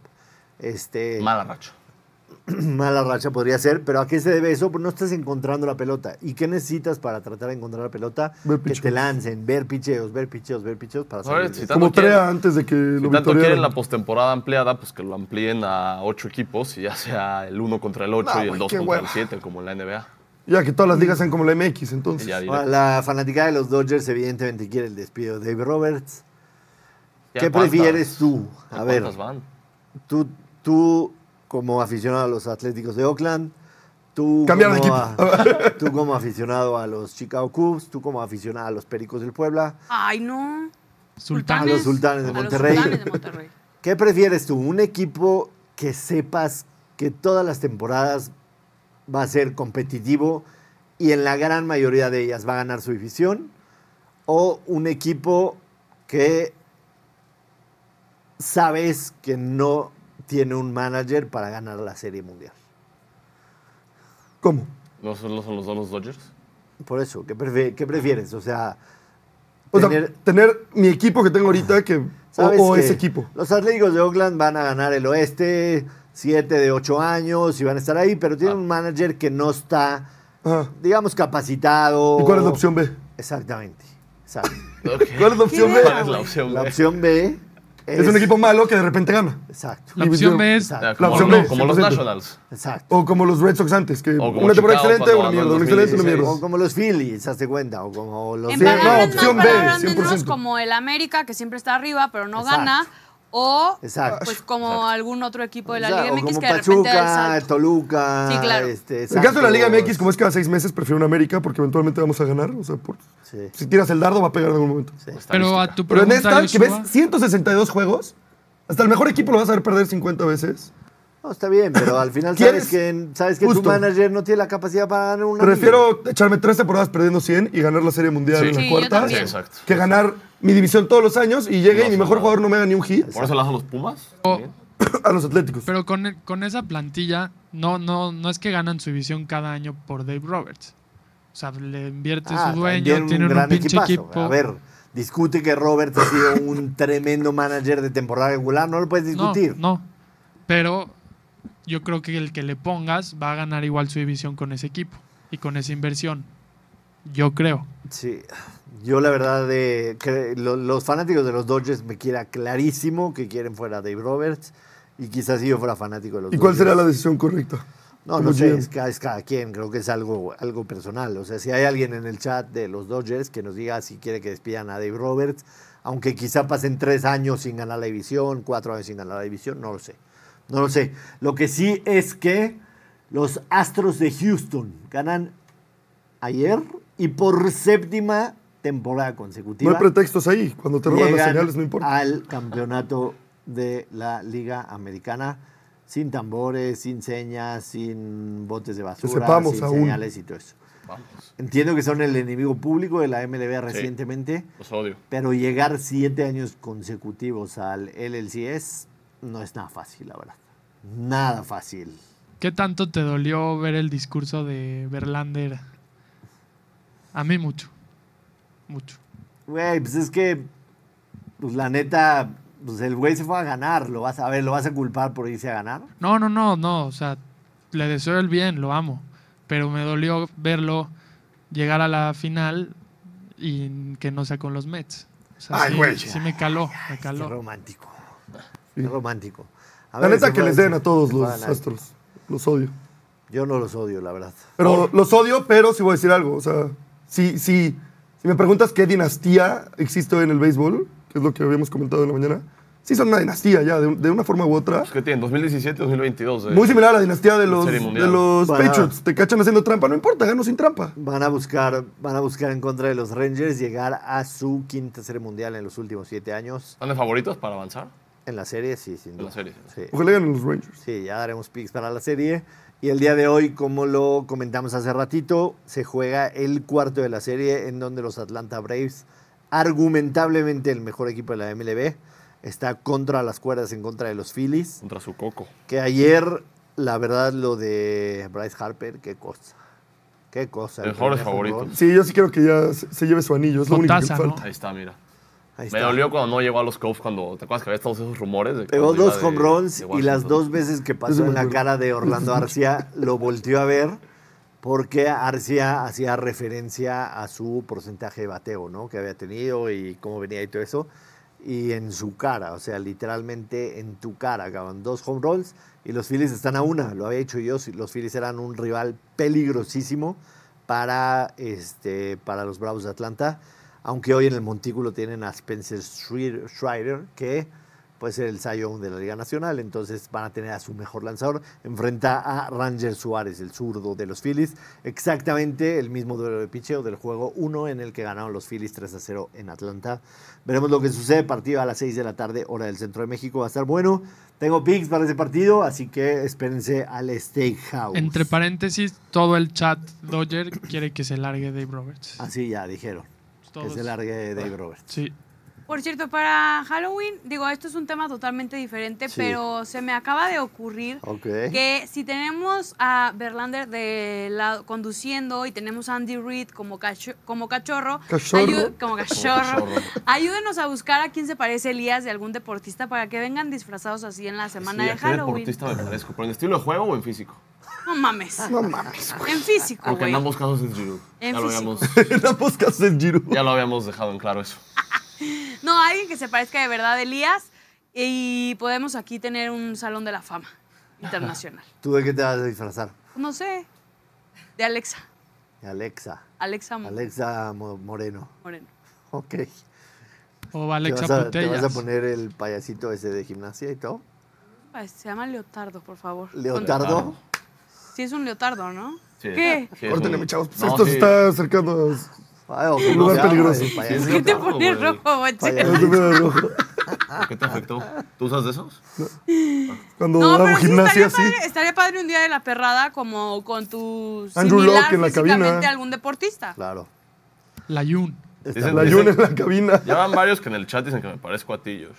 Speaker 1: Este,
Speaker 2: Mala racha.
Speaker 1: mala racha podría ser, pero ¿a qué se debe eso? Pues no estás encontrando la pelota. ¿Y qué necesitas para tratar de encontrar la pelota?
Speaker 3: Ver
Speaker 1: que
Speaker 3: picheos.
Speaker 1: te lancen, ver picheos, ver picheos, ver picheos para
Speaker 2: A ver,
Speaker 1: salir. de
Speaker 2: si
Speaker 1: eso.
Speaker 2: tanto
Speaker 3: Como
Speaker 2: quieren-
Speaker 3: Trea antes de que
Speaker 2: Si
Speaker 3: lo
Speaker 2: tanto quieren la
Speaker 3: victoriaran.
Speaker 2: postemporada ampliada, pues que lo amplíen a ocho equipos y ya sea el uno contra el ocho
Speaker 3: No,
Speaker 2: y el
Speaker 3: güey,
Speaker 2: dos
Speaker 3: qué
Speaker 2: contra el
Speaker 3: hueva.
Speaker 2: siete, como en la NBA.
Speaker 3: Ya que todas las ligas sean como la MX,
Speaker 2: Y
Speaker 3: entonces.
Speaker 2: ya directo.
Speaker 1: Ahora, la fanaticada de los Dodgers evidentemente quiere el despido de Dave Roberts.
Speaker 2: ¿Ya
Speaker 1: ¿Qué
Speaker 2: cuántas?
Speaker 1: prefieres tú? A ver.
Speaker 2: ¿Cuántas van?
Speaker 1: tú, tú como aficionado a los Atléticos de Oakland, tú
Speaker 3: Cambiar de
Speaker 1: como,
Speaker 3: equipo.
Speaker 1: a- tú como aficionado a los Chicago Cubs, tú como aficionado a los Pericos del Puebla,
Speaker 4: Ay, no.
Speaker 5: Sultanes.
Speaker 1: a los Sultanes de
Speaker 4: A los
Speaker 1: Monterrey.
Speaker 4: Sultanes de Monterrey.
Speaker 1: ¿Qué prefieres tú? ¿Un equipo que sepas que todas las temporadas va a ser competitivo y en la gran mayoría de ellas va a ganar su división? ¿O un equipo que sabes que no tiene un manager para ganar la Serie Mundial?
Speaker 3: ¿Cómo?
Speaker 2: ¿No son, no son los dos los Dodgers?
Speaker 1: Por eso, ¿qué, prefi- qué prefieres? O sea,
Speaker 3: O sea,
Speaker 1: Tener-
Speaker 3: tener, mi equipo que tengo ahorita que, o,
Speaker 1: ¿sabes
Speaker 3: o
Speaker 1: que
Speaker 3: ese equipo.
Speaker 1: Los Atléticos de Oakland van a ganar el oeste, 7 de 8 años y van a estar ahí, pero tienen
Speaker 2: Ah.
Speaker 1: un manager que no está,
Speaker 3: Ajá.
Speaker 1: digamos, capacitado.
Speaker 3: ¿Y cuál es la opción B?
Speaker 1: Exactamente. exacto.
Speaker 3: ¿Cuál es la opción B?
Speaker 2: ¿Cuál es la opción
Speaker 1: La
Speaker 2: B?
Speaker 1: opción B es,
Speaker 3: Es, un equipo malo que de repente gana.
Speaker 1: Exacto.
Speaker 5: La opción B es
Speaker 1: Exacto.
Speaker 2: Ya, como,
Speaker 3: La opción
Speaker 2: no,
Speaker 3: B,
Speaker 2: como los
Speaker 3: 100%.
Speaker 2: Nationals.
Speaker 1: Exacto.
Speaker 3: O como los Red Sox antes, que
Speaker 2: como
Speaker 3: una temporada
Speaker 2: Chicago
Speaker 3: excelente, una
Speaker 2: cuando
Speaker 3: mierda,
Speaker 2: ganó
Speaker 3: una
Speaker 2: el
Speaker 3: excelente, una
Speaker 2: 2016.
Speaker 3: mierda.
Speaker 1: O como los Phillies, hazte cuenta, o como los
Speaker 4: En
Speaker 3: Sí, no,
Speaker 4: palabras más,
Speaker 3: opción B,
Speaker 4: palabras menos,
Speaker 3: 100%.
Speaker 4: como el América, que siempre está arriba, pero no
Speaker 1: Exacto.
Speaker 4: gana. O
Speaker 1: Exacto.
Speaker 4: pues como algún otro equipo de la
Speaker 1: O sea,
Speaker 4: Liga
Speaker 1: o
Speaker 4: MX
Speaker 1: como
Speaker 4: que de repente da el
Speaker 1: Pachuca,
Speaker 4: salto.
Speaker 1: Toluca.
Speaker 4: Sí, claro.
Speaker 1: este,
Speaker 3: En el caso de la Liga
Speaker 1: Santos.
Speaker 3: MX, como es cada seis meses, prefiero una América porque eventualmente vamos a ganar. O sea, por-
Speaker 1: Sí,
Speaker 3: si tiras el dardo, va a pegar en algún momento.
Speaker 5: Pero
Speaker 2: Estadística.
Speaker 5: a tu
Speaker 3: Pero en
Speaker 5: pregunta,
Speaker 3: esta, que ves
Speaker 5: Joshua,
Speaker 3: 162 juegos, hasta el mejor equipo lo vas a ver perder 50 veces.
Speaker 1: No, está bien, pero al final
Speaker 3: ¿Quieres?
Speaker 1: sabes que, sabes que tu
Speaker 3: Justo.
Speaker 1: manager no tiene la capacidad para ganar una. liga.
Speaker 3: Prefiero echarme tres temporadas perdiendo 100 y ganar la Serie Mundial
Speaker 2: Sí.
Speaker 3: en la
Speaker 4: Sí, yo
Speaker 3: cuarta
Speaker 4: también.
Speaker 2: Sí, exacto.
Speaker 3: que ganar mi división todos los años y llegue
Speaker 2: No
Speaker 3: y mi
Speaker 2: hace
Speaker 3: mejor
Speaker 2: nada.
Speaker 3: jugador no me haga ni un hit
Speaker 2: Por eso le hacen los Pumas.
Speaker 5: Oh.
Speaker 2: también.
Speaker 3: a los Atléticos.
Speaker 5: pero con, e, con esa plantilla, no, no, no es que ganan su división cada año por Dave Roberts. O sea, le invierte
Speaker 1: Ah,
Speaker 5: su
Speaker 1: también
Speaker 5: dueño, tiene un,
Speaker 1: gran
Speaker 5: pinche
Speaker 1: equipazo.
Speaker 5: equipo.
Speaker 1: A ver, discute que Robert ha sido un tremendo manager de temporada regular, no lo puedes
Speaker 5: no,
Speaker 1: discutir.
Speaker 5: no. Pero yo creo que el que le pongas va a ganar igual su división con ese equipo y con esa inversión. Yo creo.
Speaker 1: Sí, yo la verdad, de, que lo- los fanáticos de los Dodgers me queda clarísimo que quieren fuera Dave Roberts y quizás si yo fuera fanático de los
Speaker 3: ¿Y cuál
Speaker 1: Dodgers.
Speaker 3: será la decisión correcta?
Speaker 1: No,
Speaker 3: como
Speaker 1: no sé,
Speaker 3: GM?
Speaker 1: es cada, es cada quien, creo que es algo, algo personal. O sea, si hay alguien en el chat de los Dodgers que nos diga si quiere que despidan a Dave Roberts, aunque quizá pasen tres años sin ganar la división, cuatro años sin ganar la división, no lo sé. No lo sé. Lo que sí es que los Astros de Houston ganan ayer y por séptima temporada
Speaker 3: No
Speaker 1: consecutiva
Speaker 3: hay pretextos ahí. Cuando te roban las
Speaker 1: llegan
Speaker 3: señales, no importa.
Speaker 1: al campeonato de la Liga Americana sin tambores, sin señas, sin botes de basura,
Speaker 3: sepamos
Speaker 1: sin
Speaker 3: aún.
Speaker 1: señales y todo eso.
Speaker 2: Vamos.
Speaker 1: Entiendo que son el enemigo público de la MLB recientemente,
Speaker 2: Los odio.
Speaker 1: pero llegar siete años consecutivos al LLCS no es nada fácil, la verdad. Nada fácil.
Speaker 5: ¿Qué tanto te dolió ver el discurso de Verlander? A mí mucho. Mucho.
Speaker 1: Güey, pues es que, pues la neta, pues el güey se fue a ganar, lo vas a ver, lo vas a culpar por irse a ganar.
Speaker 5: No, no, no, no. O sea, le deseo el bien, lo amo. Pero me dolió verlo llegar a la final y que no sea con los Mets. O sea,
Speaker 3: Ay,
Speaker 5: sí,
Speaker 3: güey.
Speaker 5: sí me caló, me
Speaker 1: Qué
Speaker 5: caló.
Speaker 1: romántico. Qué romántico. A
Speaker 3: La
Speaker 1: ver,
Speaker 3: neta
Speaker 1: se
Speaker 3: que
Speaker 1: fue-
Speaker 3: les den a todos
Speaker 1: se fue
Speaker 3: los
Speaker 1: a ganar.
Speaker 3: astros. Los odio.
Speaker 1: Yo no los odio, la verdad.
Speaker 3: Pero los odio, pero sí voy a decir algo. O sea, si, si, si me preguntas qué dinastía existe hoy en el béisbol, que es lo que habíamos comentado en la mañana, sí son una dinastía ya, de, de una forma u otra.
Speaker 2: Es que tienen 2017 2022. eh.
Speaker 3: Muy similar a la dinastía de los,
Speaker 2: Serie
Speaker 3: de
Speaker 2: Mundial.
Speaker 3: los
Speaker 1: Para-
Speaker 3: Patriots. Te cachan haciendo trampa. No importa, gano sin trampa.
Speaker 1: Van a buscar, van a buscar en contra de los Rangers llegar a su quinta serie mundial en los últimos siete años.
Speaker 2: ¿Están de favoritos para avanzar?
Speaker 1: En la serie, sí, sin
Speaker 2: En la
Speaker 1: duda.
Speaker 2: serie.
Speaker 1: Sí.
Speaker 3: Ojalá ganen los Rangers.
Speaker 1: Sí, ya daremos picks para la serie. Y el día de hoy, como lo comentamos hace ratito, se juega el cuarto de la serie en donde los Atlanta Braves, argumentablemente el mejor equipo de la MLB, está contra las cuerdas en contra de los Phillies.
Speaker 2: Contra su coco.
Speaker 1: Que ayer, la verdad, lo de Bryce Harper, qué cosa. Qué cosa. el
Speaker 2: Mejores
Speaker 1: primer
Speaker 2: favoritos.
Speaker 1: jonrón.
Speaker 3: Sí, yo sí quiero que ya se, se lleve su anillo. Es lo
Speaker 5: O
Speaker 3: único
Speaker 5: taza,
Speaker 3: que
Speaker 5: ¿no?
Speaker 3: falta.
Speaker 2: Ahí está, mira.
Speaker 1: Ahí
Speaker 2: Me
Speaker 1: está.
Speaker 2: dolió cuando no llegó a los Cubs, cuando te acuerdas que había todos esos rumores. De
Speaker 1: Pegó
Speaker 2: cuando iba
Speaker 1: dos
Speaker 2: de-
Speaker 1: home runs
Speaker 2: de
Speaker 1: y las
Speaker 2: Washington.
Speaker 1: dos veces que
Speaker 3: Eso
Speaker 1: pasó
Speaker 3: me
Speaker 1: en la
Speaker 3: acuerdo.
Speaker 1: cara de Orlando Arcia, lo volteó a ver porque Arcia hacía referencia a su porcentaje de bateo, ¿no? Que había tenido y cómo venía y todo eso. Y en su cara, o sea, literalmente en tu cara, acaban dos home runs y los Phillies están a una. Lo había dicho yo, si los Phillies eran un rival peligrosísimo para, este, para los Bravos de Atlanta. Aunque hoy en el montículo tienen a Spencer Schri- Schreider, que puede ser el Cy Young de la Liga Nacional. Entonces van a tener a su mejor lanzador. Enfrenta a Ranger Suárez, el zurdo de los Phillies. Exactamente el mismo duelo de picheo del juego 1 en el que ganaron los Phillies 3 a 0 en Atlanta. Veremos lo que sucede. Partido a las 6 de la tarde, hora del centro de México. Va a estar bueno. Tengo picks para ese partido, así que espérense al Steakhouse.
Speaker 5: Entre paréntesis, todo el chat Dodger quiere que se largue Dave Roberts.
Speaker 1: Así ya dijeron.
Speaker 5: Todos.
Speaker 1: Ah, Que se largue Dave Roberts.
Speaker 5: Sí.
Speaker 4: Por cierto, para Halloween, digo, esto es un tema totalmente diferente,
Speaker 1: Sí.
Speaker 4: pero se me acaba de ocurrir
Speaker 1: Ok.
Speaker 4: que si tenemos a Verlander de la- conduciendo y tenemos a Andy Reid como, cacho- como cachorro,
Speaker 3: Cachorro.
Speaker 4: como cachorro,
Speaker 2: cachorro.
Speaker 4: ayúdenos a buscar a quién se parece Elías de algún deportista para que vengan disfrazados así en la semana
Speaker 2: Sí, ¿a
Speaker 4: de
Speaker 2: qué
Speaker 4: Halloween.
Speaker 2: deportista me parezco? ¿Pero en estilo de juego o en físico?
Speaker 4: No mames.
Speaker 3: No mames, güey.
Speaker 4: En físico,
Speaker 2: Porque
Speaker 4: güey.
Speaker 2: en ambos casos es Giroud.
Speaker 4: En
Speaker 2: Ya lo,
Speaker 4: físico.
Speaker 2: habíamos,
Speaker 3: La mosca hace el giro.
Speaker 2: ya lo habíamos dejado en claro eso.
Speaker 4: No, alguien que se parezca de verdad a Elías y podemos aquí tener un salón de la fama internacional.
Speaker 1: ¿Tú de qué te vas a disfrazar?
Speaker 4: No sé. De Alexa.
Speaker 1: Alexa.
Speaker 4: Alexa Mo-
Speaker 1: Alexa Mo- Moreno.
Speaker 4: Moreno.
Speaker 1: Ok.
Speaker 5: o
Speaker 1: ¿Te
Speaker 5: Alexa
Speaker 1: vas, a, te vas a
Speaker 5: Putellas.
Speaker 1: poner el payasito ese de gimnasia y todo?
Speaker 4: Ay, Se llama Leotardo, por favor.
Speaker 1: ¿Leotardo?
Speaker 4: Si es un leotardo, ¿no?
Speaker 2: Sí,
Speaker 4: ¿Qué?
Speaker 2: sí, es
Speaker 3: Córtenle,
Speaker 2: un-
Speaker 3: mi chavos. pues
Speaker 2: No,
Speaker 3: esto se
Speaker 2: sí.
Speaker 3: está acercando. a-
Speaker 1: Ay, o como
Speaker 3: lugar
Speaker 1: se llama,
Speaker 3: peligroso.
Speaker 1: el payasito.
Speaker 4: ¿Qué te
Speaker 2: Leotardo,
Speaker 4: pones
Speaker 2: güey.
Speaker 4: rojo, boche?
Speaker 1: Payasito.
Speaker 2: ¿Qué te afectó? ¿Tú usas de esos?
Speaker 3: Cuando
Speaker 4: No,
Speaker 3: hago
Speaker 4: pero sí
Speaker 3: gimnasia,
Speaker 4: estaría,
Speaker 3: sí.
Speaker 4: Padre, estaría padre un día de la perrada como con tu
Speaker 3: Andrew
Speaker 4: similar
Speaker 3: Locke en la cabina.
Speaker 4: físicamente a algún deportista.
Speaker 1: Claro.
Speaker 5: La Yun.
Speaker 1: Está
Speaker 2: Dicen-
Speaker 3: La
Speaker 1: bien.
Speaker 3: Jun en la cabina.
Speaker 2: Ya van varios que en el chat dicen que me parezco a ti, Josh.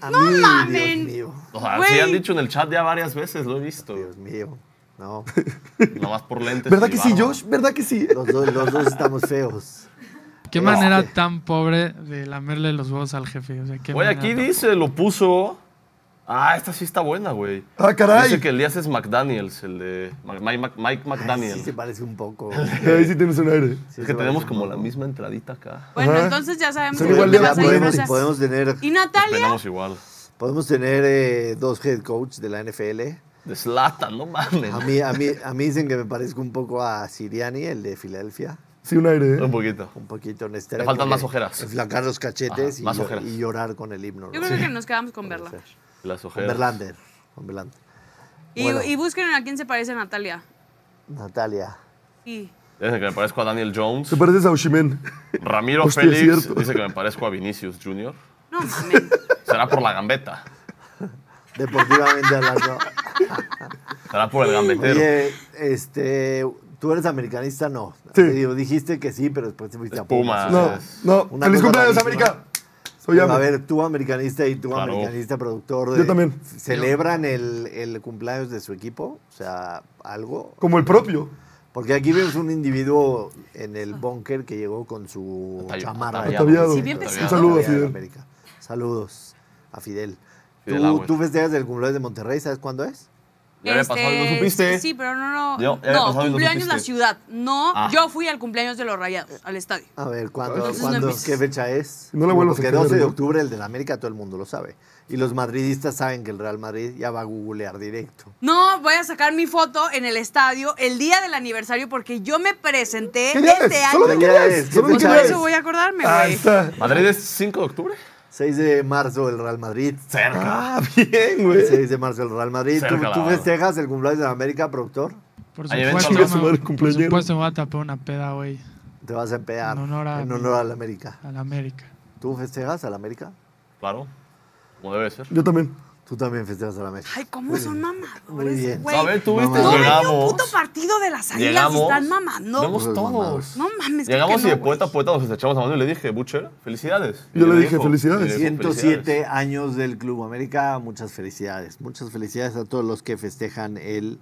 Speaker 1: A mí,
Speaker 4: mamen.
Speaker 1: ¡Ah, Dios mío.
Speaker 2: O sea,
Speaker 4: Güey.
Speaker 2: sí han dicho en el chat ya varias veces, lo he visto.
Speaker 1: Dios mío. No,
Speaker 2: Nomás por lentes.
Speaker 3: ¿Verdad
Speaker 2: y
Speaker 3: que sí,
Speaker 2: barba.
Speaker 3: Josh? ¿Verdad que sí?
Speaker 1: los dos, los dos estamos feos.
Speaker 5: Qué
Speaker 1: Este.
Speaker 5: manera tan pobre de lamerle los huevos al jefe. O sea, qué
Speaker 2: Oye,
Speaker 5: manera
Speaker 2: aquí
Speaker 5: tan-
Speaker 2: dice, lo puso. Ah, esta sí está buena, güey.
Speaker 3: Ah, caray.
Speaker 2: Dice que Elías es McDaniels, el de Ma- Ma- Ma- Mike McDaniel.
Speaker 1: Sí se parece un poco.
Speaker 3: Ahí sí tienes un aire.
Speaker 1: Sí
Speaker 2: es
Speaker 1: se
Speaker 2: que tenemos
Speaker 1: parece
Speaker 2: como
Speaker 1: un
Speaker 2: la
Speaker 1: poco.
Speaker 2: misma entradita acá.
Speaker 4: Bueno,
Speaker 3: Ajá.
Speaker 4: entonces ya sabemos
Speaker 3: Son
Speaker 4: que
Speaker 3: igual
Speaker 4: tú
Speaker 3: de
Speaker 4: vas a ir,
Speaker 1: podemos,
Speaker 4: o sea,
Speaker 1: podemos tener,
Speaker 4: ¿Y Natalia?
Speaker 2: Tenemos igual.
Speaker 1: podemos tener eh, dos head coach de la NFL.
Speaker 2: De Slata, no mames.
Speaker 1: A mí, a, mí, a mí dicen que me parezco un poco a Siriani, el de Filadelfia.
Speaker 3: Sí, un aire,
Speaker 2: Un
Speaker 3: ¿eh?
Speaker 2: poquito.
Speaker 1: Un poquito en este.
Speaker 2: Le faltan más ojeras.
Speaker 1: Enflacar los
Speaker 2: Ajá,
Speaker 1: cachetes y,
Speaker 2: más
Speaker 1: llo-
Speaker 2: ojeras.
Speaker 1: y llorar con el himno.
Speaker 4: Yo
Speaker 1: ¿no?
Speaker 4: creo que nos quedamos con verla.
Speaker 1: Puede ser.
Speaker 2: Las ojeras.
Speaker 1: Con Verlander. Con Verlander.
Speaker 4: Y,
Speaker 1: Bueno.
Speaker 4: y busquen a quién se parece Natalia.
Speaker 1: Natalia.
Speaker 4: Sí.
Speaker 2: Dicen que me parezco a Daniel Jones.
Speaker 3: Te pareces a Oshimen.
Speaker 2: Ramiro
Speaker 3: Hostia, es
Speaker 2: Félix
Speaker 3: cierto.
Speaker 2: dice que me parezco a Vinicius Jr.
Speaker 4: No mames.
Speaker 2: Será por la gambeta.
Speaker 1: Deportivamente hablando.
Speaker 2: Será por el gambetero.
Speaker 1: Oye, este, tú eres americanista, no.
Speaker 3: Sí.
Speaker 1: Digo, dijiste que sí, pero después te fuiste a Pumas.
Speaker 2: Pumas.
Speaker 3: No, no.
Speaker 1: Una
Speaker 3: ¡Feliz
Speaker 1: cosa
Speaker 3: cumpleaños,
Speaker 1: rarísima.
Speaker 3: América! Soy
Speaker 1: a
Speaker 3: Ame.
Speaker 1: ver, tú americanista y tú
Speaker 2: Claro.
Speaker 1: americanista productor. de-
Speaker 3: Yo también.
Speaker 1: ¿Celebran el, el cumpleaños de su equipo? O sea, algo.
Speaker 3: Como el propio.
Speaker 1: Porque aquí vemos un individuo en el búnker que llegó con su
Speaker 2: Ataviado.
Speaker 1: chamarra.
Speaker 2: Ataviado.
Speaker 3: Ataviado.
Speaker 4: Sí, bien
Speaker 3: Un
Speaker 4: pesado.
Speaker 3: saludo
Speaker 1: Ataviado
Speaker 3: a
Speaker 1: de
Speaker 3: Fidel.
Speaker 1: América. Saludos a Fidel.
Speaker 2: Fidel
Speaker 1: ¿Tú,
Speaker 2: Auer.
Speaker 1: tú festejas el cumpleaños de Monterrey? ¿Sabes cuándo es?
Speaker 2: Ya había pasado y no supiste.
Speaker 4: Este, Sí, pero no,
Speaker 2: Ya- ya
Speaker 4: no.
Speaker 2: había
Speaker 4: no,
Speaker 2: pasado y no
Speaker 4: cumpleaños
Speaker 2: supiste.
Speaker 4: la ciudad. No,
Speaker 2: Ah.
Speaker 4: yo fui al cumpleaños de los rayados, al estadio.
Speaker 1: A ver, ¿cuándo,
Speaker 4: Entonces
Speaker 1: cuándo-
Speaker 4: no empieces.
Speaker 1: ¿qué fecha es?
Speaker 3: No la vuelvas a
Speaker 1: Porque
Speaker 3: cagar,
Speaker 1: 12 de
Speaker 3: ¿no?
Speaker 1: octubre, el de la América, todo el mundo lo sabe. Y los madridistas saben que el Real Madrid ya va a googlear directo.
Speaker 4: No, voy a sacar mi foto en el estadio el día del aniversario porque yo me presenté
Speaker 3: ¿Qué día
Speaker 4: este
Speaker 3: es?
Speaker 4: año.
Speaker 3: Solo de
Speaker 1: ¿Qué
Speaker 3: qué
Speaker 1: día
Speaker 3: día
Speaker 1: es?
Speaker 3: es.
Speaker 1: ¿Qué
Speaker 3: Solo de qué
Speaker 4: Pues por
Speaker 1: fecha
Speaker 3: día
Speaker 4: eso
Speaker 1: es?
Speaker 4: voy a acordarme,
Speaker 3: Ah,
Speaker 4: güey.
Speaker 3: está.
Speaker 2: ¿Madrid es 5 de octubre?
Speaker 1: 6 de marzo, el Real Madrid.
Speaker 2: Cerca.
Speaker 3: Ah, bien, güey.
Speaker 1: 6 de marzo, el Real Madrid. ¿Tú,
Speaker 2: Cerca la
Speaker 1: tú
Speaker 2: barba.
Speaker 1: festejas el cumpleaños de la América, productor?
Speaker 5: Por
Speaker 2: Ahí ven,
Speaker 5: supuesto,
Speaker 2: chinga
Speaker 3: su madre,
Speaker 5: me, por
Speaker 3: cumpleañero.
Speaker 5: supuesto me voy a tapar una peda, güey,
Speaker 1: Te vas a emplear
Speaker 5: En
Speaker 1: en
Speaker 5: honor
Speaker 1: honor,
Speaker 5: a mi-
Speaker 1: a la América.
Speaker 5: a la América.
Speaker 1: ¿Tú festejas a la América?
Speaker 2: Claro. Como debe ser.
Speaker 3: Yo también.
Speaker 1: Tú también festejas a la América.
Speaker 4: Ay, cómo son
Speaker 1: Muy
Speaker 4: mamadores,
Speaker 1: bien.
Speaker 4: güey.
Speaker 2: A ver, tú viste,
Speaker 1: No,
Speaker 4: No me dio un
Speaker 2: llegamos.
Speaker 4: puto partido de las águilas y
Speaker 2: Llegamos.
Speaker 4: están mamando.
Speaker 2: Vemos
Speaker 1: Cosas mamadas.
Speaker 2: todos.
Speaker 4: No mames, creo
Speaker 2: Llegamos
Speaker 4: que
Speaker 2: y de
Speaker 4: no,
Speaker 2: poeta a
Speaker 4: güey.
Speaker 2: poeta nos echamos a mano y le dije, Butcher, felicidades. Y
Speaker 3: Yo le
Speaker 2: me
Speaker 3: dije, felicidades.
Speaker 2: y me dijo,
Speaker 1: 107 años del Club América, muchas felicidades. Muchas felicidades a todos los que festejan el,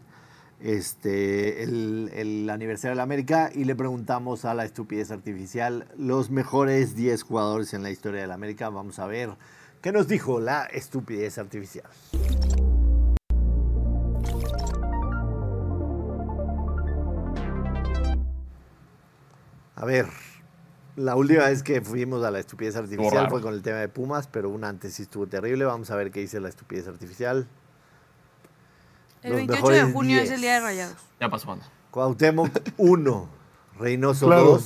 Speaker 1: este, el, el aniversario de la América y le preguntamos a la estupidez artificial los mejores 10 jugadores en la historia de la América. Vamos a ver qué nos dijo la estupidez artificial. A ver, la última vez que fuimos a la estupidez artificial
Speaker 2: raro.
Speaker 1: fue con el tema de Pumas, pero una antes sí estuvo terrible. Vamos a ver qué dice la estupidez artificial.
Speaker 4: El
Speaker 1: Los
Speaker 4: 28 de
Speaker 1: mejores
Speaker 4: junio es el día de
Speaker 1: 10.
Speaker 4: rayados.
Speaker 2: Ya pasó, Ana.
Speaker 1: Cuauhtémoc 1, Reynoso 2,
Speaker 3: Claro.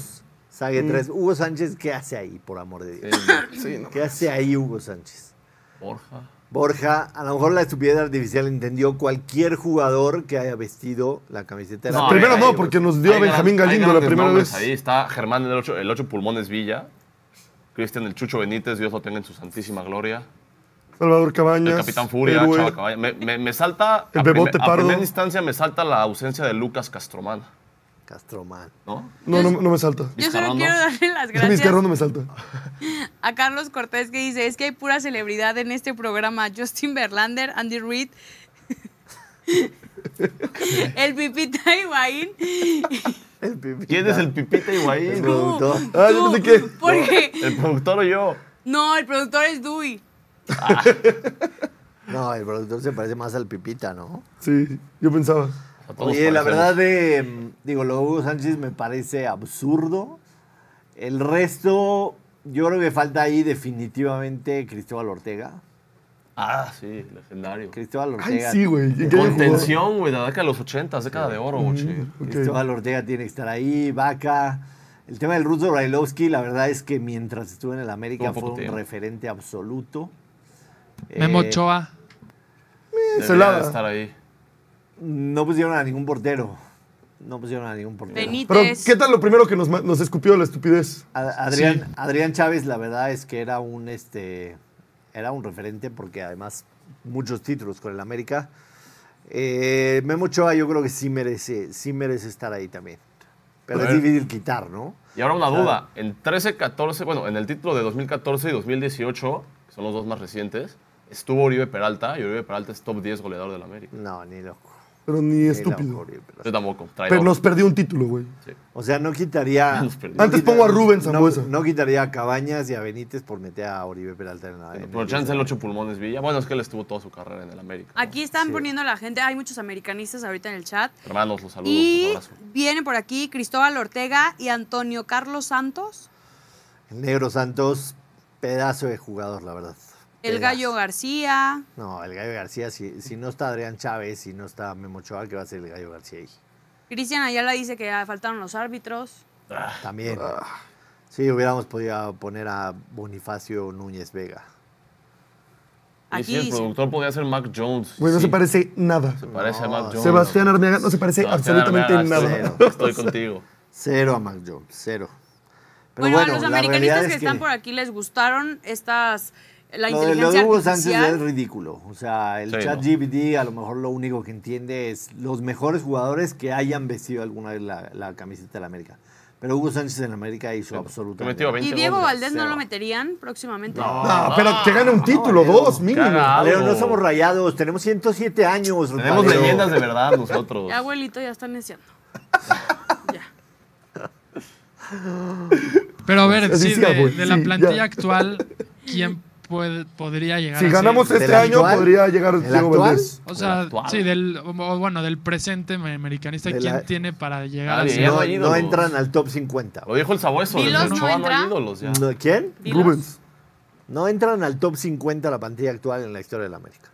Speaker 1: Sague 3. Hugo Sánchez, ¿qué hace ahí, por amor de Dios?
Speaker 3: Sí, no.
Speaker 1: ¿Qué hace ahí Hugo Sánchez?
Speaker 2: Borja.
Speaker 1: Borja, a lo mejor la estupidez artificial entendió cualquier jugador que haya vestido la camiseta de la
Speaker 2: No,
Speaker 1: América.
Speaker 3: Primero
Speaker 2: ahí,
Speaker 3: no,
Speaker 2: ahí,
Speaker 3: porque nos dio a
Speaker 2: Hay
Speaker 3: Benjamín
Speaker 2: gran- hay
Speaker 3: Galindo la
Speaker 2: grandes
Speaker 3: primera
Speaker 2: nombres
Speaker 3: vez.
Speaker 2: Ahí está Germán, el 8 el ocho Pulmones Villa. Cristian, el Chucho Benítez, Dios lo tenga en su santísima gloria.
Speaker 3: Salvador Cabañas.
Speaker 2: El Capitán Furia,
Speaker 3: héroe.
Speaker 2: Chava Cabaña. Me, me- me salta.
Speaker 3: El
Speaker 2: a,
Speaker 3: Bebote
Speaker 2: primer- a
Speaker 3: Pardo.
Speaker 2: primera instancia me salta la ausencia de Lucas Castromán,
Speaker 1: Castromán.
Speaker 2: ¿no?
Speaker 3: No, no, no me salta.
Speaker 4: Yo solo
Speaker 2: Vizcarrondo.
Speaker 4: quiero darle las
Speaker 3: Mis
Speaker 4: gracias
Speaker 3: no me salta.
Speaker 4: a Carlos Cortés que dice, es que hay pura celebridad en este programa. Justin Verlander, Andy Reid, el Pipita Higuaín.
Speaker 1: El Pipita.
Speaker 2: ¿Quién es el Pipita
Speaker 1: El
Speaker 2: Higuaín?
Speaker 1: productor.
Speaker 4: Tú,
Speaker 3: Ah, yo
Speaker 4: tú,
Speaker 3: pensé que-
Speaker 4: Porque,
Speaker 2: ¿El productor o yo?
Speaker 4: no, el productor es Dewey.
Speaker 1: No, el productor se parece más al Pipita, ¿no?
Speaker 3: Sí, yo pensaba.
Speaker 2: A todos
Speaker 1: Oye, la
Speaker 2: parecemos.
Speaker 1: verdad, eh, digo, lo de Hugo Sánchez me parece absurdo. El resto, yo creo que falta ahí definitivamente Cristóbal Ortega.
Speaker 2: Ah, sí, legendario.
Speaker 1: Cristóbal
Speaker 3: Ay,
Speaker 1: Ortega.
Speaker 3: sí, güey. ¿En qué año jugó?
Speaker 2: Contención, güey, de la década de los 80, década de oro, güey.
Speaker 3: Ok.
Speaker 1: Cristóbal Ortega tiene que estar ahí, Vaca, El tema del ruso Brailovsky, la verdad es que mientras estuvo en el América
Speaker 2: Tuvo poco
Speaker 1: fue un
Speaker 2: tiempo.
Speaker 1: referente absoluto.
Speaker 5: Memo
Speaker 1: Eh,
Speaker 5: Ochoa.
Speaker 3: Se
Speaker 2: Debería de
Speaker 3: lava.
Speaker 2: estar ahí.
Speaker 1: No pusieron a ningún portero. No pusieron a ningún portero.
Speaker 3: Pero,
Speaker 4: Benítez.
Speaker 3: ¿qué tal lo primero que nos, ma- nos escupió la estupidez?
Speaker 1: A- Adrián, Adrián Chávez, la verdad es que era un este era un referente porque además muchos títulos con el América. Eh, Memo Ochoa yo creo que sí merece, sí merece estar ahí también. Pero
Speaker 2: A
Speaker 1: es
Speaker 2: ver.
Speaker 1: difícil quitar, ¿no?
Speaker 2: Y ahora una duda. En 13, 14, bueno, en el título de 2014 y 2018, que son los dos más recientes, estuvo Oribe Peralta y Oribe Peralta es top 10 goleador del América.
Speaker 1: No, ni loco.
Speaker 3: Pero ni
Speaker 1: Ni loco,
Speaker 3: estúpido.
Speaker 1: Oribe Peralta.
Speaker 2: Yo tampoco, traidor.
Speaker 3: Pero nos perdió un título, güey.
Speaker 1: O sea, no quitaría.
Speaker 2: Nos perdió.
Speaker 1: no
Speaker 3: Antes
Speaker 1: quita-
Speaker 3: pongo a Rubén Sambuesa.
Speaker 1: No, no quitaría a Cabañas y a Benítez por meter a Oribe Peralta en la. en
Speaker 2: Por
Speaker 1: el-
Speaker 2: chance el ocho pulmones Villa. Bueno, es que él estuvo toda su carrera en el América. ¿no?
Speaker 4: Aquí están poniendo la gente, hay muchos americanistas ahorita en el chat.
Speaker 2: Hermanos, los saludos,
Speaker 4: Y
Speaker 2: los abrazo.
Speaker 4: viene por aquí Cristóbal Ortega y Antonio Carlos Santos,
Speaker 1: El Negro Santos, pedazo de jugador, la verdad.
Speaker 4: el
Speaker 1: Pedazo.
Speaker 4: Gallo García.
Speaker 1: No, el Gallo García, si, si no está Adrián Chávez, si no está Memo Ochoa, que va a ser el Gallo García ahí.
Speaker 4: Cristian Ayala dice que ya faltaron los árbitros.
Speaker 1: También. Sí, hubiéramos podido poner a Bonifacio Núñez Vega.
Speaker 2: Y
Speaker 4: Aquí
Speaker 2: sí, el
Speaker 4: dice,
Speaker 2: productor podría ser Mac Jones.
Speaker 3: Güey, no
Speaker 2: sí,
Speaker 3: se parece nada.
Speaker 2: se parece a
Speaker 1: No,
Speaker 2: Mac Jones.
Speaker 3: Sebastián Armeaga no se parece
Speaker 2: Sebastián
Speaker 3: absolutamente
Speaker 2: Armeaga,
Speaker 3: nada.
Speaker 1: nada.
Speaker 2: Estoy, estoy contigo.
Speaker 1: Cero a Mac Jones, cero. Pero
Speaker 4: bueno,
Speaker 1: bueno,
Speaker 4: a los
Speaker 1: la realidad
Speaker 4: americanistas
Speaker 1: es
Speaker 4: que están por aquí les gustaron estas, la
Speaker 1: lo de, lo
Speaker 4: inteligencia
Speaker 1: de Hugo Sánchez es
Speaker 4: artificial.
Speaker 1: ridículo. O sea, el
Speaker 2: Sí,
Speaker 1: chat
Speaker 2: no.
Speaker 1: GPT a lo mejor lo único que entiende es los mejores jugadores que hayan vestido alguna vez la, la camiseta de la América. Pero Hugo Sánchez en la América hizo absolutamente
Speaker 2: metió
Speaker 1: nada.
Speaker 4: Y
Speaker 2: 20
Speaker 4: Diego
Speaker 2: goles,
Speaker 4: Valdés no
Speaker 1: cero.
Speaker 4: lo meterían próximamente.
Speaker 3: No, pero que gane un título, dos, mínimo.
Speaker 2: Caga.
Speaker 1: Leo, no
Speaker 2: Bravo.
Speaker 1: somos rayados, tenemos 107 años.
Speaker 2: Tenemos
Speaker 1: Rodrigo.
Speaker 2: leyendas de verdad nosotros.
Speaker 4: Ya, abuelito, ya están neciando. ya.
Speaker 5: Pero a ver,
Speaker 3: Así
Speaker 5: sí,
Speaker 3: sí,
Speaker 5: de,
Speaker 3: abuelo,
Speaker 5: de la
Speaker 3: sí,
Speaker 5: plantilla
Speaker 3: ya.
Speaker 5: actual, ¿quién puede- podría llegar
Speaker 3: Si
Speaker 5: a ser?
Speaker 3: ganamos
Speaker 1: ¿Del
Speaker 3: este año,
Speaker 1: actual?
Speaker 3: podría llegar
Speaker 1: ¿Del
Speaker 3: Diego
Speaker 1: actual?
Speaker 3: Valdés.
Speaker 5: O sea,
Speaker 2: actual.
Speaker 5: sí, del, o- o bueno, del presente me- americanista,
Speaker 1: De
Speaker 5: ¿quién
Speaker 1: la-
Speaker 5: tiene para llegar a
Speaker 2: Nadie,
Speaker 5: ser?
Speaker 2: no
Speaker 1: No,
Speaker 2: hay
Speaker 1: no
Speaker 2: ídolos.
Speaker 1: entran al top 50.
Speaker 2: Lo dijo el sabueso.
Speaker 4: Dilos,
Speaker 2: desde
Speaker 4: no
Speaker 2: Ochoa no
Speaker 4: entra.
Speaker 2: hay ídolos ya.
Speaker 1: No, ¿Quién?
Speaker 4: Dilos.
Speaker 3: Rubens.
Speaker 1: No entran al top 50 la plantilla actual en la historia de la América.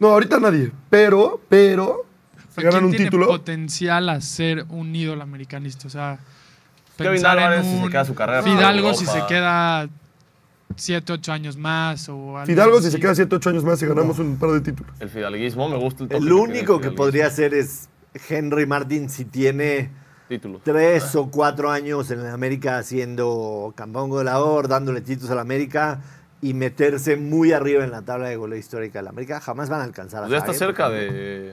Speaker 3: No, ahorita nadie. Pero, pero,
Speaker 5: O
Speaker 3: si
Speaker 5: sea,
Speaker 3: ganan
Speaker 5: ¿Quién
Speaker 3: un
Speaker 5: tiene
Speaker 3: título.
Speaker 5: potencial a ser un ídolo americanista? O sea,
Speaker 2: Kevin
Speaker 5: pensar en
Speaker 2: Álvarez, si se
Speaker 5: un
Speaker 2: queda su carrera fuera de
Speaker 5: Fidalgo si
Speaker 2: Europa.
Speaker 5: se queda 7, 8 años más o algo
Speaker 3: Fidalgo, si
Speaker 5: así.
Speaker 3: se queda 7, 8 años más, y ganamos un par de títulos.
Speaker 2: El fidalguismo, me gusta el toque
Speaker 1: El
Speaker 2: tiene el
Speaker 1: único que
Speaker 2: fidalguismo.
Speaker 1: podría ser es Henry Martin si tiene
Speaker 2: Título.
Speaker 1: tres o cuatro años en la América haciendo campeón goleador, dándole títulos a la América y meterse muy arriba en la tabla de goleo histórica de la América. Jamás van a alcanzar a
Speaker 2: Pues ya está
Speaker 1: Javier,
Speaker 2: cerca
Speaker 1: porque-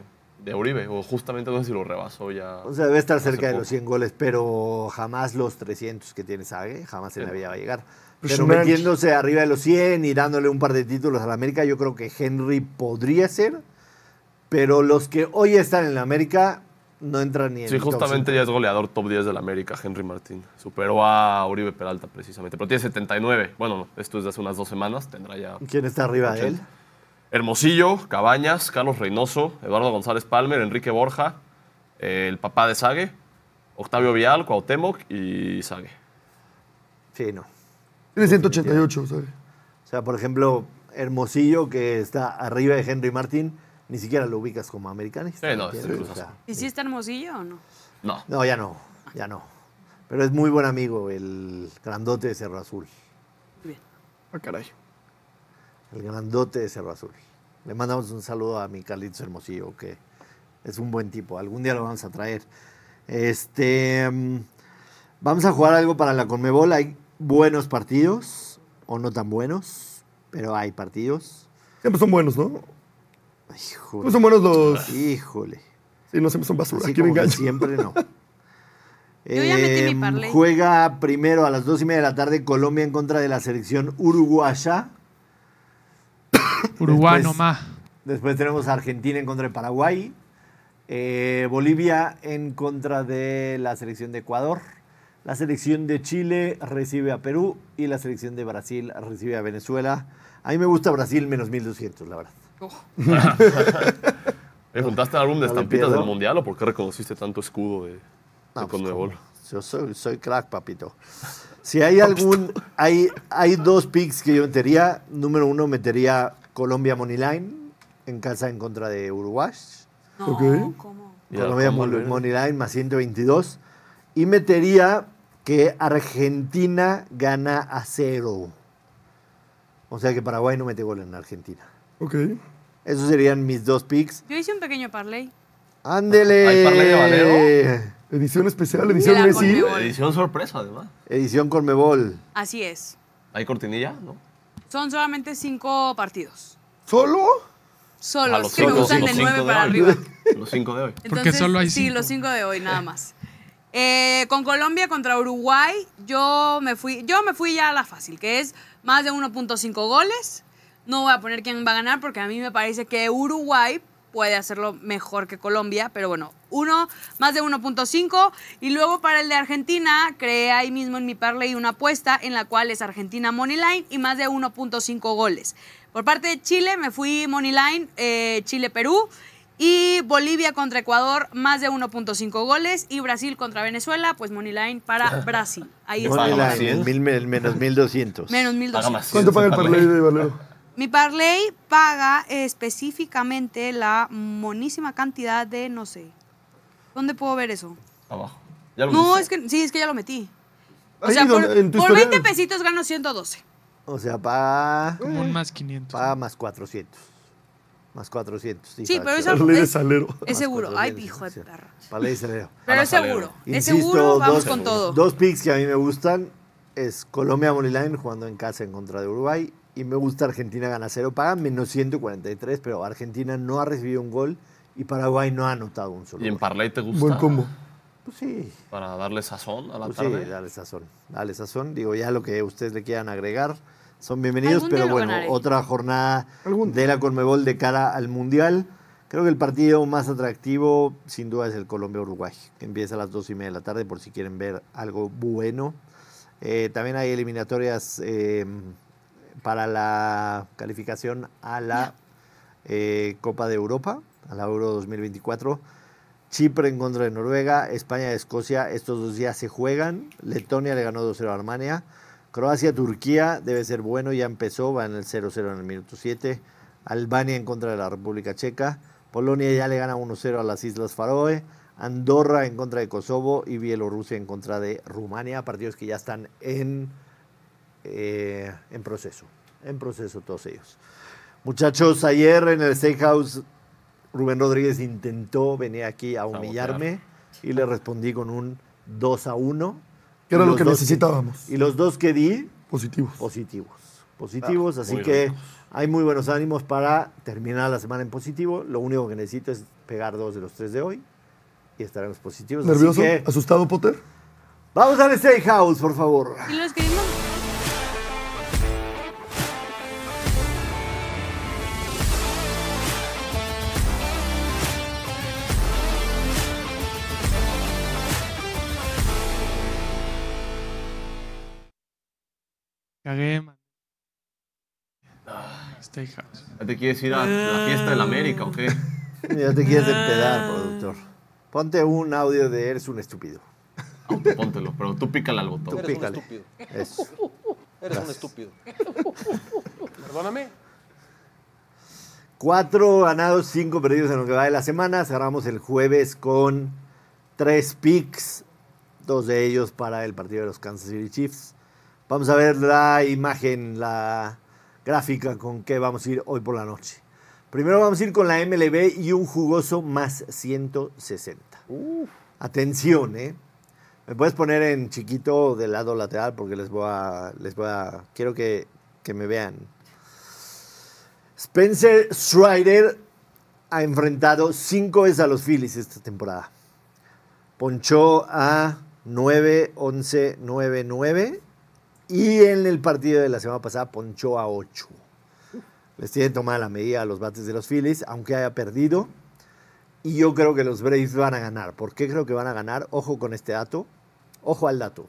Speaker 2: de, de Uribe, o justamente no sé si lo rebasó ya.
Speaker 1: O sea, debe estar
Speaker 2: Hace
Speaker 1: cerca de
Speaker 2: poco.
Speaker 1: los 100 goles, pero jamás los 300 que tiene Sague, jamás en la vida va a llegar.
Speaker 3: Pues
Speaker 1: Pero
Speaker 3: man.
Speaker 1: metiéndose arriba de los 100 y dándole un par de títulos a la América, yo creo que Henry podría ser, pero los que hoy están en la América no entran ni en
Speaker 2: Sí,
Speaker 1: el top
Speaker 2: justamente
Speaker 1: 50.
Speaker 2: ya es goleador top 10 del América, Henry Martín. Superó a Uribe Peralta precisamente, pero tiene 79. Bueno, esto es de hace unas dos semanas, tendrá ya
Speaker 1: ¿Quién está arriba de él?
Speaker 2: Ochenta. Hermosillo, Cabañas, Carlos Reynoso, Eduardo González Palmer, Enrique Borja, eh, el papá de Sague, Octavio Vial, Cuauhtémoc y Sague.
Speaker 1: Sí, no.
Speaker 3: Tiene 188, ¿sabes?
Speaker 1: O sea, por ejemplo, Hermosillo, que está arriba de Henry Martín, ni siquiera lo ubicas como americanista.
Speaker 2: Sí, no,
Speaker 1: ¿entiendes?
Speaker 2: este Cruz
Speaker 1: O sea,
Speaker 2: Azul.
Speaker 4: ¿Y si está hermosillo o no?
Speaker 2: No.
Speaker 1: no, ya no, ya no. Pero es muy buen amigo el grandote de Cerro Azul.
Speaker 3: Ah, caray.
Speaker 1: El grandote de Cerro Azul. Le mandamos un saludo a mi Carlitos Hermosillo, que es un buen tipo. Algún día lo vamos a traer. Este, mm, vamos a jugar algo para la Conmebol. Hay buenos partidos, o no tan buenos, pero hay partidos.
Speaker 3: Siempre son buenos, ¿no? Siempre
Speaker 1: Híjole.
Speaker 3: Pues son buenos los.
Speaker 1: Híjole.
Speaker 3: Sí, no, siempre son basura.
Speaker 1: Así
Speaker 3: Aquí me
Speaker 1: como que
Speaker 3: engaño.
Speaker 1: siempre no.
Speaker 4: Yo ya metí mi
Speaker 1: Em,
Speaker 4: parlay.
Speaker 1: juega primero a las dos y media de la tarde Colombia en contra de la selección uruguaya.
Speaker 5: Uruguano
Speaker 1: Después- Eh.
Speaker 5: más.
Speaker 1: Después tenemos a Argentina en contra de Paraguay. eh, Bolivia en contra de la selección de Ecuador. La selección de Chile recibe a Perú y la selección de Brasil recibe a Venezuela. A mí me gusta Brasil menos 1200, la verdad.
Speaker 2: ¿Eh, ¿Juntaste el álbum de
Speaker 1: No le
Speaker 2: estampitas
Speaker 1: pierdo.
Speaker 2: del Mundial o por qué reconociste tanto escudo de, de
Speaker 1: No, pues,
Speaker 2: Conmebol?
Speaker 1: Yo soy, soy crack, papito. Si hay algún. Hay, hay dos picks que yo metería. Número uno, metería Colombia Moneyline en casa en contra de Uruguay.
Speaker 4: No,
Speaker 3: Ok.
Speaker 4: ¿cómo?
Speaker 2: Ya,
Speaker 1: Colombia
Speaker 2: ¿cómo
Speaker 1: Mon-
Speaker 2: lo era?
Speaker 1: Moneyline más 122. Y metería que Argentina gana a cero. O sea que Paraguay no mete gol en Argentina.
Speaker 3: Ok.
Speaker 1: Esos serían mis dos picks.
Speaker 4: Yo hice un pequeño parlay.
Speaker 1: Ándele.
Speaker 2: ¿Hay parlay de Valero?
Speaker 3: Edición especial, edición
Speaker 4: la
Speaker 3: Messi.
Speaker 4: Conmebol.
Speaker 2: Edición sorpresa, además.
Speaker 1: Edición Conmebol.
Speaker 4: Así es.
Speaker 2: ¿Hay cortinilla? ¿No?
Speaker 4: Son solamente cinco partidos.
Speaker 3: ¿Solo?
Speaker 4: Solo,
Speaker 2: A los
Speaker 4: es que me
Speaker 2: cinco,
Speaker 4: gustan
Speaker 2: los
Speaker 4: del
Speaker 2: cinco
Speaker 4: 9
Speaker 2: de
Speaker 4: para
Speaker 2: hoy.
Speaker 4: arriba.
Speaker 2: Los cinco de hoy.
Speaker 5: Porque solo hay
Speaker 4: Sí,
Speaker 5: cinco.
Speaker 4: los cinco de hoy, nada más. Eh, con Colombia contra Uruguay, yo me fui, yo me fui ya a la fácil, que es más de 1.5 goles. No voy a poner quién va a ganar porque a mí me parece que Uruguay puede hacerlo mejor que Colombia, pero bueno, uno más de 1.5 y luego para el de Argentina creé ahí mismo en mi parlay una apuesta en la cual es Argentina moneyline y más de 1.5 goles. Por parte de Chile me fui moneyline eh, Chile Perú y Bolivia contra Ecuador, más de 1.5 goles. Y Brasil contra Venezuela, pues Moneyline para Brasil. Ahí
Speaker 2: Money
Speaker 4: está.
Speaker 2: line.
Speaker 1: Ponela en mil- el menos 1200.
Speaker 4: Menos
Speaker 2: Haga
Speaker 4: 1.200.
Speaker 2: más.
Speaker 3: ¿Cuánto paga el parlay de Valero?
Speaker 4: Mi parlay paga eh, específicamente la monísima cantidad de, no sé. ¿Dónde puedo ver eso?
Speaker 2: Abajo. Ya lo
Speaker 4: No,
Speaker 2: viste.
Speaker 4: es que sí, es que ya lo metí. O
Speaker 3: Ahí
Speaker 4: sea, por,
Speaker 3: donde- en tu
Speaker 4: por
Speaker 3: historial.
Speaker 4: 20 pesitos gano 112.
Speaker 1: O sea, paga,
Speaker 5: Como un más 500.
Speaker 1: paga más 400. Más 400.
Speaker 4: Sí, pero
Speaker 1: exacto.
Speaker 4: esa-
Speaker 3: Parlay de
Speaker 4: es-
Speaker 3: Salero.
Speaker 4: Es
Speaker 1: Más
Speaker 4: seguro. Ay,
Speaker 1: 400,
Speaker 4: hijo de
Speaker 1: sí.
Speaker 4: perra.
Speaker 1: Parlay de Salero.
Speaker 4: Pero
Speaker 2: la
Speaker 4: es
Speaker 2: salero.
Speaker 4: seguro. Es
Speaker 1: Insisto,
Speaker 4: seguro, vamos
Speaker 1: dos-
Speaker 4: con todo.
Speaker 1: Dos picks que a mí me gustan es Colombia Moneyline jugando en casa en contra de Uruguay y me gusta Argentina gana cero, paga menos 143, pero Argentina no ha recibido un gol y Paraguay no ha anotado un solo
Speaker 2: ¿Y en
Speaker 1: gol.
Speaker 2: Parlay te gusta?
Speaker 3: Buen combo.
Speaker 1: Pues sí,
Speaker 2: Para darle sazón a la
Speaker 1: pues sí,
Speaker 2: tarde.
Speaker 1: dale sazón, dale sazón. Digo, ya lo que ustedes le quieran agregar son bienvenidos,
Speaker 4: Algún día
Speaker 1: pero
Speaker 4: lo
Speaker 1: bueno,
Speaker 4: ganaré.
Speaker 1: otra jornada
Speaker 3: Algún
Speaker 1: de la Conmebol de cara al Mundial. Creo que el partido más atractivo, sin duda, es el Colombia-Uruguay, que empieza a las dos y media de la tarde, por si quieren ver algo bueno. Eh, también hay eliminatorias eh, para la calificación a la eh, Copa de Europa, a la Euro 2024. Chipre en contra de Noruega, España de Escocia, estos dos días se juegan. Letonia le ganó 2-0 a Armenia. Croacia-Turquía debe ser bueno, ya empezó, va en el 0-0 en el minuto 7. Albania en contra de la República Checa. Polonia ya le gana 1-0 a las Islas Faroe. Andorra en contra de Kosovo y Bielorrusia en contra de Rumania. Partidos que ya están en, eh, en proceso. En proceso todos ellos. Muchachos, ayer en el Steakhouse Rubén Rodríguez intentó venir aquí a humillarme y le respondí con un 2 a 1.
Speaker 3: Que era
Speaker 1: Y
Speaker 3: lo
Speaker 1: los
Speaker 3: que
Speaker 1: dos
Speaker 3: necesitábamos.
Speaker 1: Y los dos que di,
Speaker 3: Positivos.
Speaker 1: positivos. Positivos, así
Speaker 2: muy
Speaker 1: que hay muy buenos ánimos para terminar la semana en positivo. Lo único que necesito es pegar dos de los tres de hoy y estaremos positivos. Así
Speaker 3: ¿Nervioso?
Speaker 1: que
Speaker 3: ¿Asustado, Potter?
Speaker 1: vamos al Stay House, por favor.
Speaker 4: Y los queremos.
Speaker 5: Cagué, man. Steakhouse.
Speaker 2: ¿Ya ¿Te quieres ir a
Speaker 4: Ah.
Speaker 2: la fiesta de la América o qué?
Speaker 1: Ya te quieres empedar, productor. Ponte un audio de Eres un estúpido.
Speaker 2: Autopóntelo, pero tú pícale al
Speaker 1: Tú
Speaker 2: botón.
Speaker 7: Eres un
Speaker 1: pícale.
Speaker 7: estúpido.
Speaker 1: Eso.
Speaker 7: Eres un
Speaker 1: Gracias.
Speaker 7: estúpido.
Speaker 6: Perdóname.
Speaker 1: Cuatro ganados, cinco perdidos en lo que va de la semana. Cerramos el jueves con tres picks, dos de ellos para el partido de los Kansas City Chiefs. Vamos a ver la imagen, la gráfica con que vamos a ir hoy por la noche. Primero vamos a ir con la MLB y un jugoso más 160. Atención, ¿eh? Me puedes poner en chiquito del lado lateral porque les voy a... Les voy a quiero que, que me vean. Spencer Strider ha enfrentado cinco veces a los Phillies esta temporada. Ponchó a 9, 11, 9, 9. Y en el partido de la semana pasada ponchó a 8. Les tiene tomada la medida a los bates de los Phillies, aunque haya perdido. Y yo creo que los Braves van a ganar. ¿Por qué creo que van a ganar? Ojo con este dato. Ojo al dato.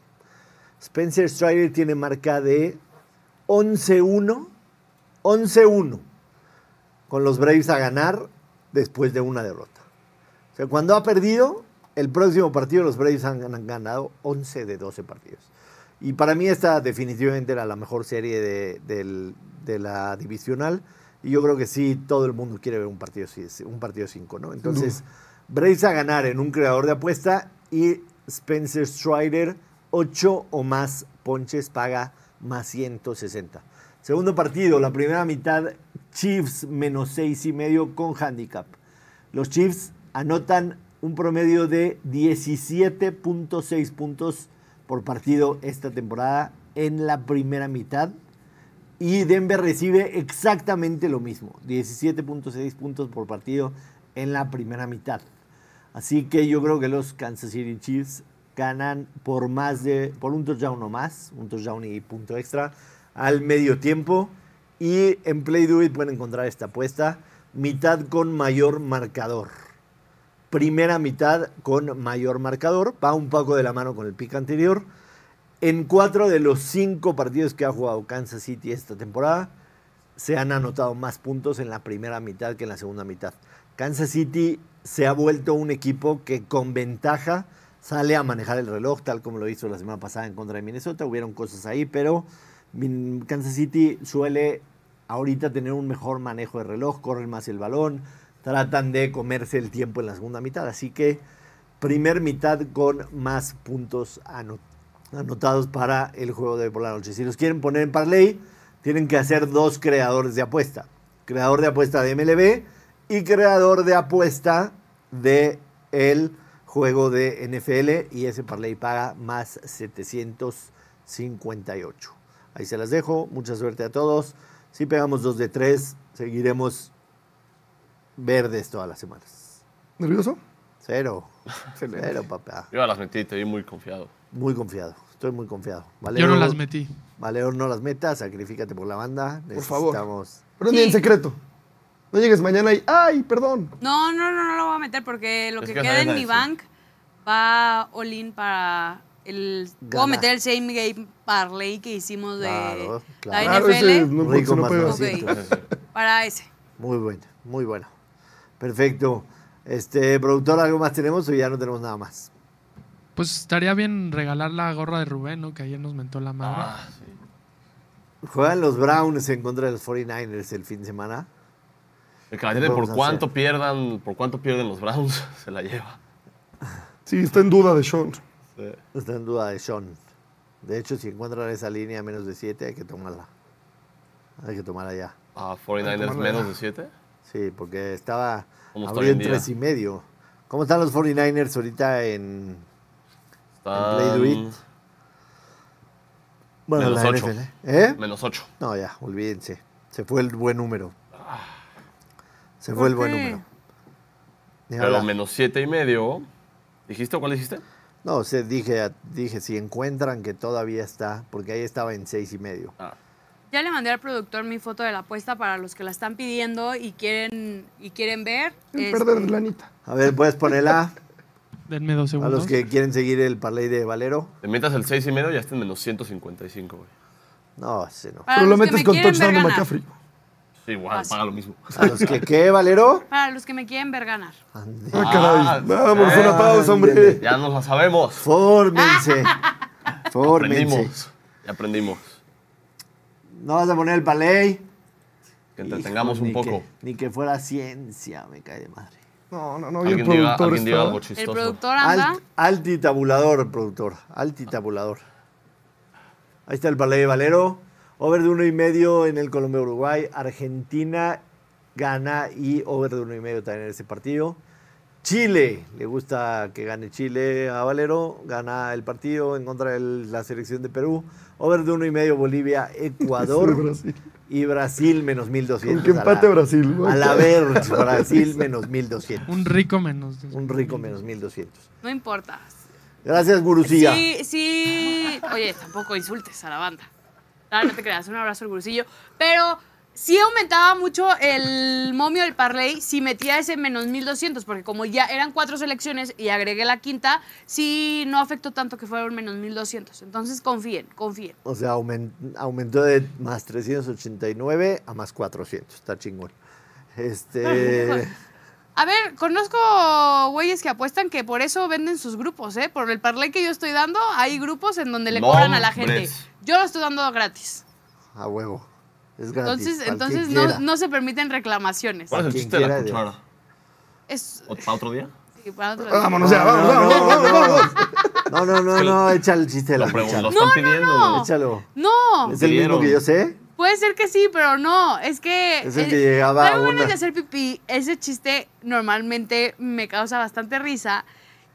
Speaker 1: Spencer Strider tiene marca de 11-1. 11-1 con los Braves a ganar después de una derrota. O sea, cuando ha perdido, el próximo partido los Braves han, han ganado 11 de 12 partidos. Y para mí esta definitivamente era la mejor serie de, del- de la divisional. Y yo creo que sí, todo el mundo quiere ver un partido 5, un partido cinco, ¿no? Entonces, Braves a ganar en un creador de apuesta y Spencer Strider 8 o más ponches paga más 160. Segundo partido, la primera mitad, Chiefs menos 6 y medio con handicap. Los Chiefs anotan un promedio de 17.6 puntos por partido esta temporada en la primera mitad. Y Denver recibe exactamente lo mismo, 17.6 puntos por partido en la primera mitad. Así que yo creo que los Kansas City Chiefs ganan por más de por un touchdown o más, un touchdown y punto extra al medio tiempo y en Play Do It pueden encontrar esta apuesta, mitad con mayor marcador. Primera mitad con mayor marcador, va un poco de la mano con el pick anterior. En cuatro de los cinco partidos que ha jugado Kansas City esta temporada, se han anotado más puntos en la primera mitad que en la segunda mitad. Kansas City se ha vuelto un equipo que con ventaja sale a manejar el reloj, tal como lo hizo la semana pasada en contra de Minnesota. Hubieron cosas ahí, pero Min- Kansas City suele ahorita tener un mejor manejo de reloj, corren más el balón, tratan de comerse el tiempo en la segunda mitad. Así que primer mitad con más puntos ano- anotados para el juego de por la noche. Si los quieren poner en parlay, tienen que hacer dos creadores de apuesta. Creador de apuesta de MLB y creador de apuesta de el juego de NFL y ese parlay paga más 758. Ahí se las dejo. Mucha suerte a todos. Si pegamos dos de tres, seguiremos verdes todas las semanas.
Speaker 3: ¿Nervioso?
Speaker 1: Cero. Cero, papá.
Speaker 2: Yo ya las metí, te vi muy confiado.
Speaker 1: Muy confiado. Estoy muy confiado.
Speaker 5: Yo
Speaker 1: Valero,
Speaker 5: no las metí.
Speaker 1: Valero, no las metas. Sacrifícate por la banda. Por
Speaker 3: favor.
Speaker 1: Necesitamos.
Speaker 3: Pero ni en secreto. No llegues mañana y, ay, perdón.
Speaker 4: No, no, no, no lo voy a meter porque lo
Speaker 2: Es
Speaker 4: que,
Speaker 2: que
Speaker 4: queda
Speaker 2: nadie
Speaker 4: en
Speaker 2: la
Speaker 4: mi
Speaker 2: decide.
Speaker 4: bank va all-in para el. Voy a
Speaker 1: Ganar.
Speaker 4: meter el same game parlay que hicimos de
Speaker 1: Claro,
Speaker 4: la
Speaker 1: claro.
Speaker 4: NFL
Speaker 3: ese no, porque
Speaker 1: Rico
Speaker 3: no
Speaker 1: más
Speaker 3: pega.
Speaker 4: Ok.
Speaker 1: 900.
Speaker 2: Entonces, sí.
Speaker 4: para ese.
Speaker 1: Muy bueno, muy bueno. Perfecto. Este, productor, ¿algo más tenemos o ya no tenemos nada más?
Speaker 5: Pues estaría bien regalar la gorra de Rubén, ¿no? Que ayer nos mentó la madre.
Speaker 2: Ah, sí.
Speaker 1: Juegan los Browns en contra de los 49ers el fin de semana.
Speaker 2: El que la tiene
Speaker 1: Vamos
Speaker 2: por
Speaker 1: a
Speaker 2: cuánto
Speaker 1: hacer.
Speaker 2: pierdan, por cuánto pierden los Browns, se la lleva.
Speaker 3: Sí, está en duda de Sean.
Speaker 2: Sí.
Speaker 1: Está en duda de Sean. De hecho, si encuentran esa línea a menos de 7, hay que tomarla. Hay que tomarla ya.
Speaker 2: A 49ers menos de 7.
Speaker 1: Sí, porque estaba
Speaker 2: ¿Cómo está
Speaker 1: abrió
Speaker 2: hoy en
Speaker 1: en
Speaker 2: día?
Speaker 1: 3 y medio. ¿Cómo están los 49ers ahorita en.
Speaker 2: Están
Speaker 1: Play Do It. Bueno,
Speaker 2: Menos
Speaker 1: la
Speaker 2: ocho.
Speaker 1: NFL? ¿Eh?
Speaker 2: menos 8.
Speaker 1: No, ya, olvídense. Se fue el buen número. Se
Speaker 4: ¿Por
Speaker 1: fue el buen
Speaker 4: qué?
Speaker 1: número. Ni
Speaker 2: Pero
Speaker 1: hablar.
Speaker 2: menos 7 y medio. ¿Dijiste o cuál dijiste?
Speaker 1: No, se dije, dije, si encuentran que todavía está, porque ahí estaba en seis y medio.
Speaker 2: Ah,
Speaker 4: Ya le mandé al productor mi foto de la apuesta para los que la están pidiendo y quieren, y quieren ver.
Speaker 3: El
Speaker 4: Este,
Speaker 3: perder de la anita.
Speaker 1: A ver, puedes ponerla
Speaker 5: Denme
Speaker 1: a
Speaker 5: dos segundos.
Speaker 1: los que quieren seguir el parlay de Valero.
Speaker 2: te metas el 6 y medio ya está en menos 155, güey.
Speaker 1: No, ese no.
Speaker 4: para
Speaker 3: Pero lo
Speaker 4: los que
Speaker 3: metes
Speaker 4: me
Speaker 3: con
Speaker 4: quieren ver
Speaker 3: touchdown de
Speaker 4: ganar.
Speaker 3: McCaffrey.
Speaker 2: Sí, igual,
Speaker 4: Fácil.
Speaker 2: paga lo mismo.
Speaker 1: A los que qué, Valero.
Speaker 4: Para los que me quieren ver ganar.
Speaker 1: Ande-
Speaker 3: Ah, caray.
Speaker 2: Ah,
Speaker 3: Vamos, una pausa, hombre.
Speaker 1: ándele.
Speaker 2: Ya nos la sabemos.
Speaker 1: Fórmense. Fórmense.
Speaker 2: Aprendimos. Ya aprendimos.
Speaker 1: No vas a poner el parlay.
Speaker 2: Que entretengamos
Speaker 1: Hijo,
Speaker 2: un
Speaker 1: ni que-
Speaker 2: poco.
Speaker 1: ni que fuera ciencia, me cae de madre.
Speaker 3: No, no, no. y el
Speaker 2: Alguien diga,
Speaker 3: productor
Speaker 2: alguien diga
Speaker 3: está-
Speaker 2: algo
Speaker 4: El
Speaker 2: chistoso.
Speaker 4: productor anda.
Speaker 1: Alt, altitabulador, productor. Altitabulador. Ahí está el parlay de Valero. Over de uno y medio en el Colombia Uruguay. Argentina gana y over de uno y medio también en ese partido. Chile, le gusta que gane Chile a Valero, gana el partido en contra de la selección de Perú. Over de uno y medio Bolivia,
Speaker 3: Sí,
Speaker 1: Ecuador
Speaker 3: Brasil.
Speaker 1: y Brasil menos 1200.
Speaker 3: Con que
Speaker 1: a la-
Speaker 3: empate Brasil.
Speaker 1: A
Speaker 3: güey.
Speaker 1: la ver, Brasil menos 1200.
Speaker 5: Un rico menos.
Speaker 1: Un rico menos 1200.
Speaker 4: No importa.
Speaker 1: Gracias, Gurucía.
Speaker 4: Sí, sí. Oye, tampoco insultes a la banda. Ah, No, no te creas, un abrazo al gurusillo. Pero sí aumentaba mucho el momio del parlay si metía ese menos 1200, porque como ya eran cuatro selecciones y agregué la quinta, sí no afectó tanto que fueron menos 1200. Entonces confíen, confíen.
Speaker 1: O sea, aumen- aumentó de más 389 a más 400. Está chingón. Este.
Speaker 4: A ver, conozco güeyes que apuestan que por eso venden sus grupos, ¿eh? Por el parlay que yo estoy dando, hay grupos en donde le
Speaker 2: No,
Speaker 4: cobran a la gente.
Speaker 2: hombres.
Speaker 4: Yo lo estoy dando gratis.
Speaker 1: a huevo. Es gratis.
Speaker 4: Entonces,
Speaker 1: para el que
Speaker 4: entonces no,
Speaker 1: quiera.
Speaker 4: no se permiten reclamaciones.
Speaker 2: ¿Cuál es el
Speaker 1: Quien
Speaker 2: chiste de la
Speaker 1: quiera, Dios.
Speaker 2: cuchara?
Speaker 4: Es
Speaker 2: ¿Ot- ¿Para otro día?
Speaker 4: sí, para otro día.
Speaker 3: Vámonos ya, vamos, vamos, vamos, vamos.
Speaker 1: No, No, no, no, no, echa el chiste de la
Speaker 2: Lo, pregun-
Speaker 1: cuchara.
Speaker 2: lo están pidiendo.
Speaker 4: no.
Speaker 1: Échalo.
Speaker 4: No,
Speaker 1: ¿Es el mismo
Speaker 2: Pidieron.
Speaker 1: que yo sé?
Speaker 4: puede ser que sí, pero no. Es que.
Speaker 1: Es el
Speaker 4: eh,
Speaker 1: que llegaba a
Speaker 4: traigo ganas
Speaker 1: una.
Speaker 4: de hacer pipí. Ese chiste normalmente me causa bastante risa.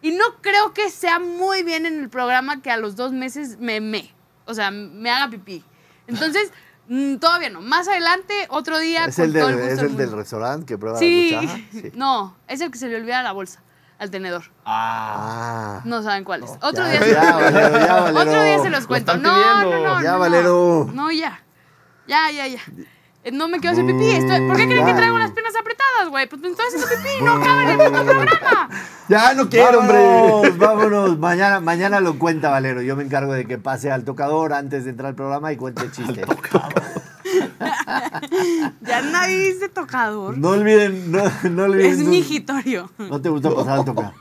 Speaker 4: Y no creo que sea muy bien en el programa que a los dos meses me me. O sea, me haga pipí. Entonces, mm, todavía no. Más adelante, otro día.
Speaker 1: Es
Speaker 4: con
Speaker 1: el
Speaker 4: todo
Speaker 1: del,
Speaker 4: gusto
Speaker 1: es
Speaker 4: del
Speaker 1: el del
Speaker 4: mundo.
Speaker 1: restaurante que prueba
Speaker 4: Sí.
Speaker 1: la cuchara. Ah, Sí.
Speaker 4: No, es el que se le olvida la bolsa al tenedor.
Speaker 2: Ah,
Speaker 1: Ah.
Speaker 4: No saben cuál es. Otro
Speaker 1: ya,
Speaker 4: día se
Speaker 1: ya,
Speaker 4: los cuento.
Speaker 1: Valero, ya, Valero.
Speaker 4: Otro día se los
Speaker 2: Lo
Speaker 4: cuento.
Speaker 2: están
Speaker 4: No, no,
Speaker 2: pidiendo.
Speaker 4: no.
Speaker 1: Ya,
Speaker 4: no, no.
Speaker 1: Valero.
Speaker 4: No, ya. Ya, ya, ya. Eh, No me quiero hacer pipí. Estoy- ¿Por qué creen que
Speaker 1: Ya.
Speaker 4: traigo las piernas apretadas, güey? Pues me estoy haciendo pipí. No caben en el programa.
Speaker 3: Ya no quiero, hombre.
Speaker 1: Vámonos, vámonos. Mañana, mañana lo cuenta Valero. Yo me encargo de que pase al tocador antes de entrar al programa y cuente el chiste.
Speaker 4: Ya nadie dice tocador.
Speaker 1: No olviden, no, no olviden.
Speaker 4: es
Speaker 1: sus-
Speaker 4: mi mijitorio.
Speaker 1: ¿No te gusta pasar al tocador?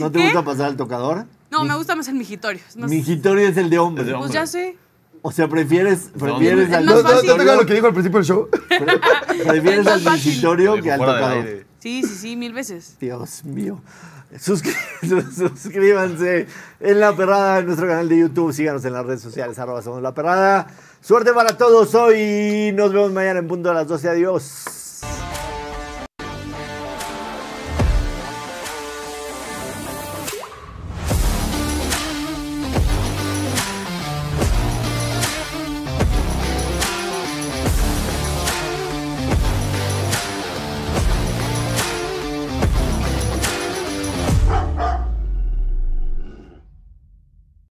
Speaker 1: ¿No te
Speaker 4: ¿Qué?
Speaker 1: gusta pasar al tocador?
Speaker 4: No, me gusta más el mijitorio. No sé.
Speaker 1: Mijitorio es el de hombre.
Speaker 2: Es de
Speaker 4: Pues
Speaker 2: hombre.
Speaker 4: ya sé.
Speaker 1: O sea, prefieres, prefieres
Speaker 2: hombre.
Speaker 1: al
Speaker 4: Es
Speaker 3: No,
Speaker 4: más
Speaker 3: no,
Speaker 4: fácil.
Speaker 3: no tenga lo que dijo al principio del show.
Speaker 1: pre- prefieres
Speaker 4: Es más
Speaker 1: al
Speaker 4: fácil.
Speaker 1: mijitorio que al
Speaker 2: fuera del
Speaker 1: tocador.
Speaker 2: aire.
Speaker 4: Sí, sí, sí, mil veces.
Speaker 1: Dios mío. Suscri- suscríbanse en La Perrada, en nuestro canal de YouTube. Síganos en las redes sociales, arroba somos La Perrada. Suerte para todos hoy. Nos vemos mañana en punto a las 12. Adiós.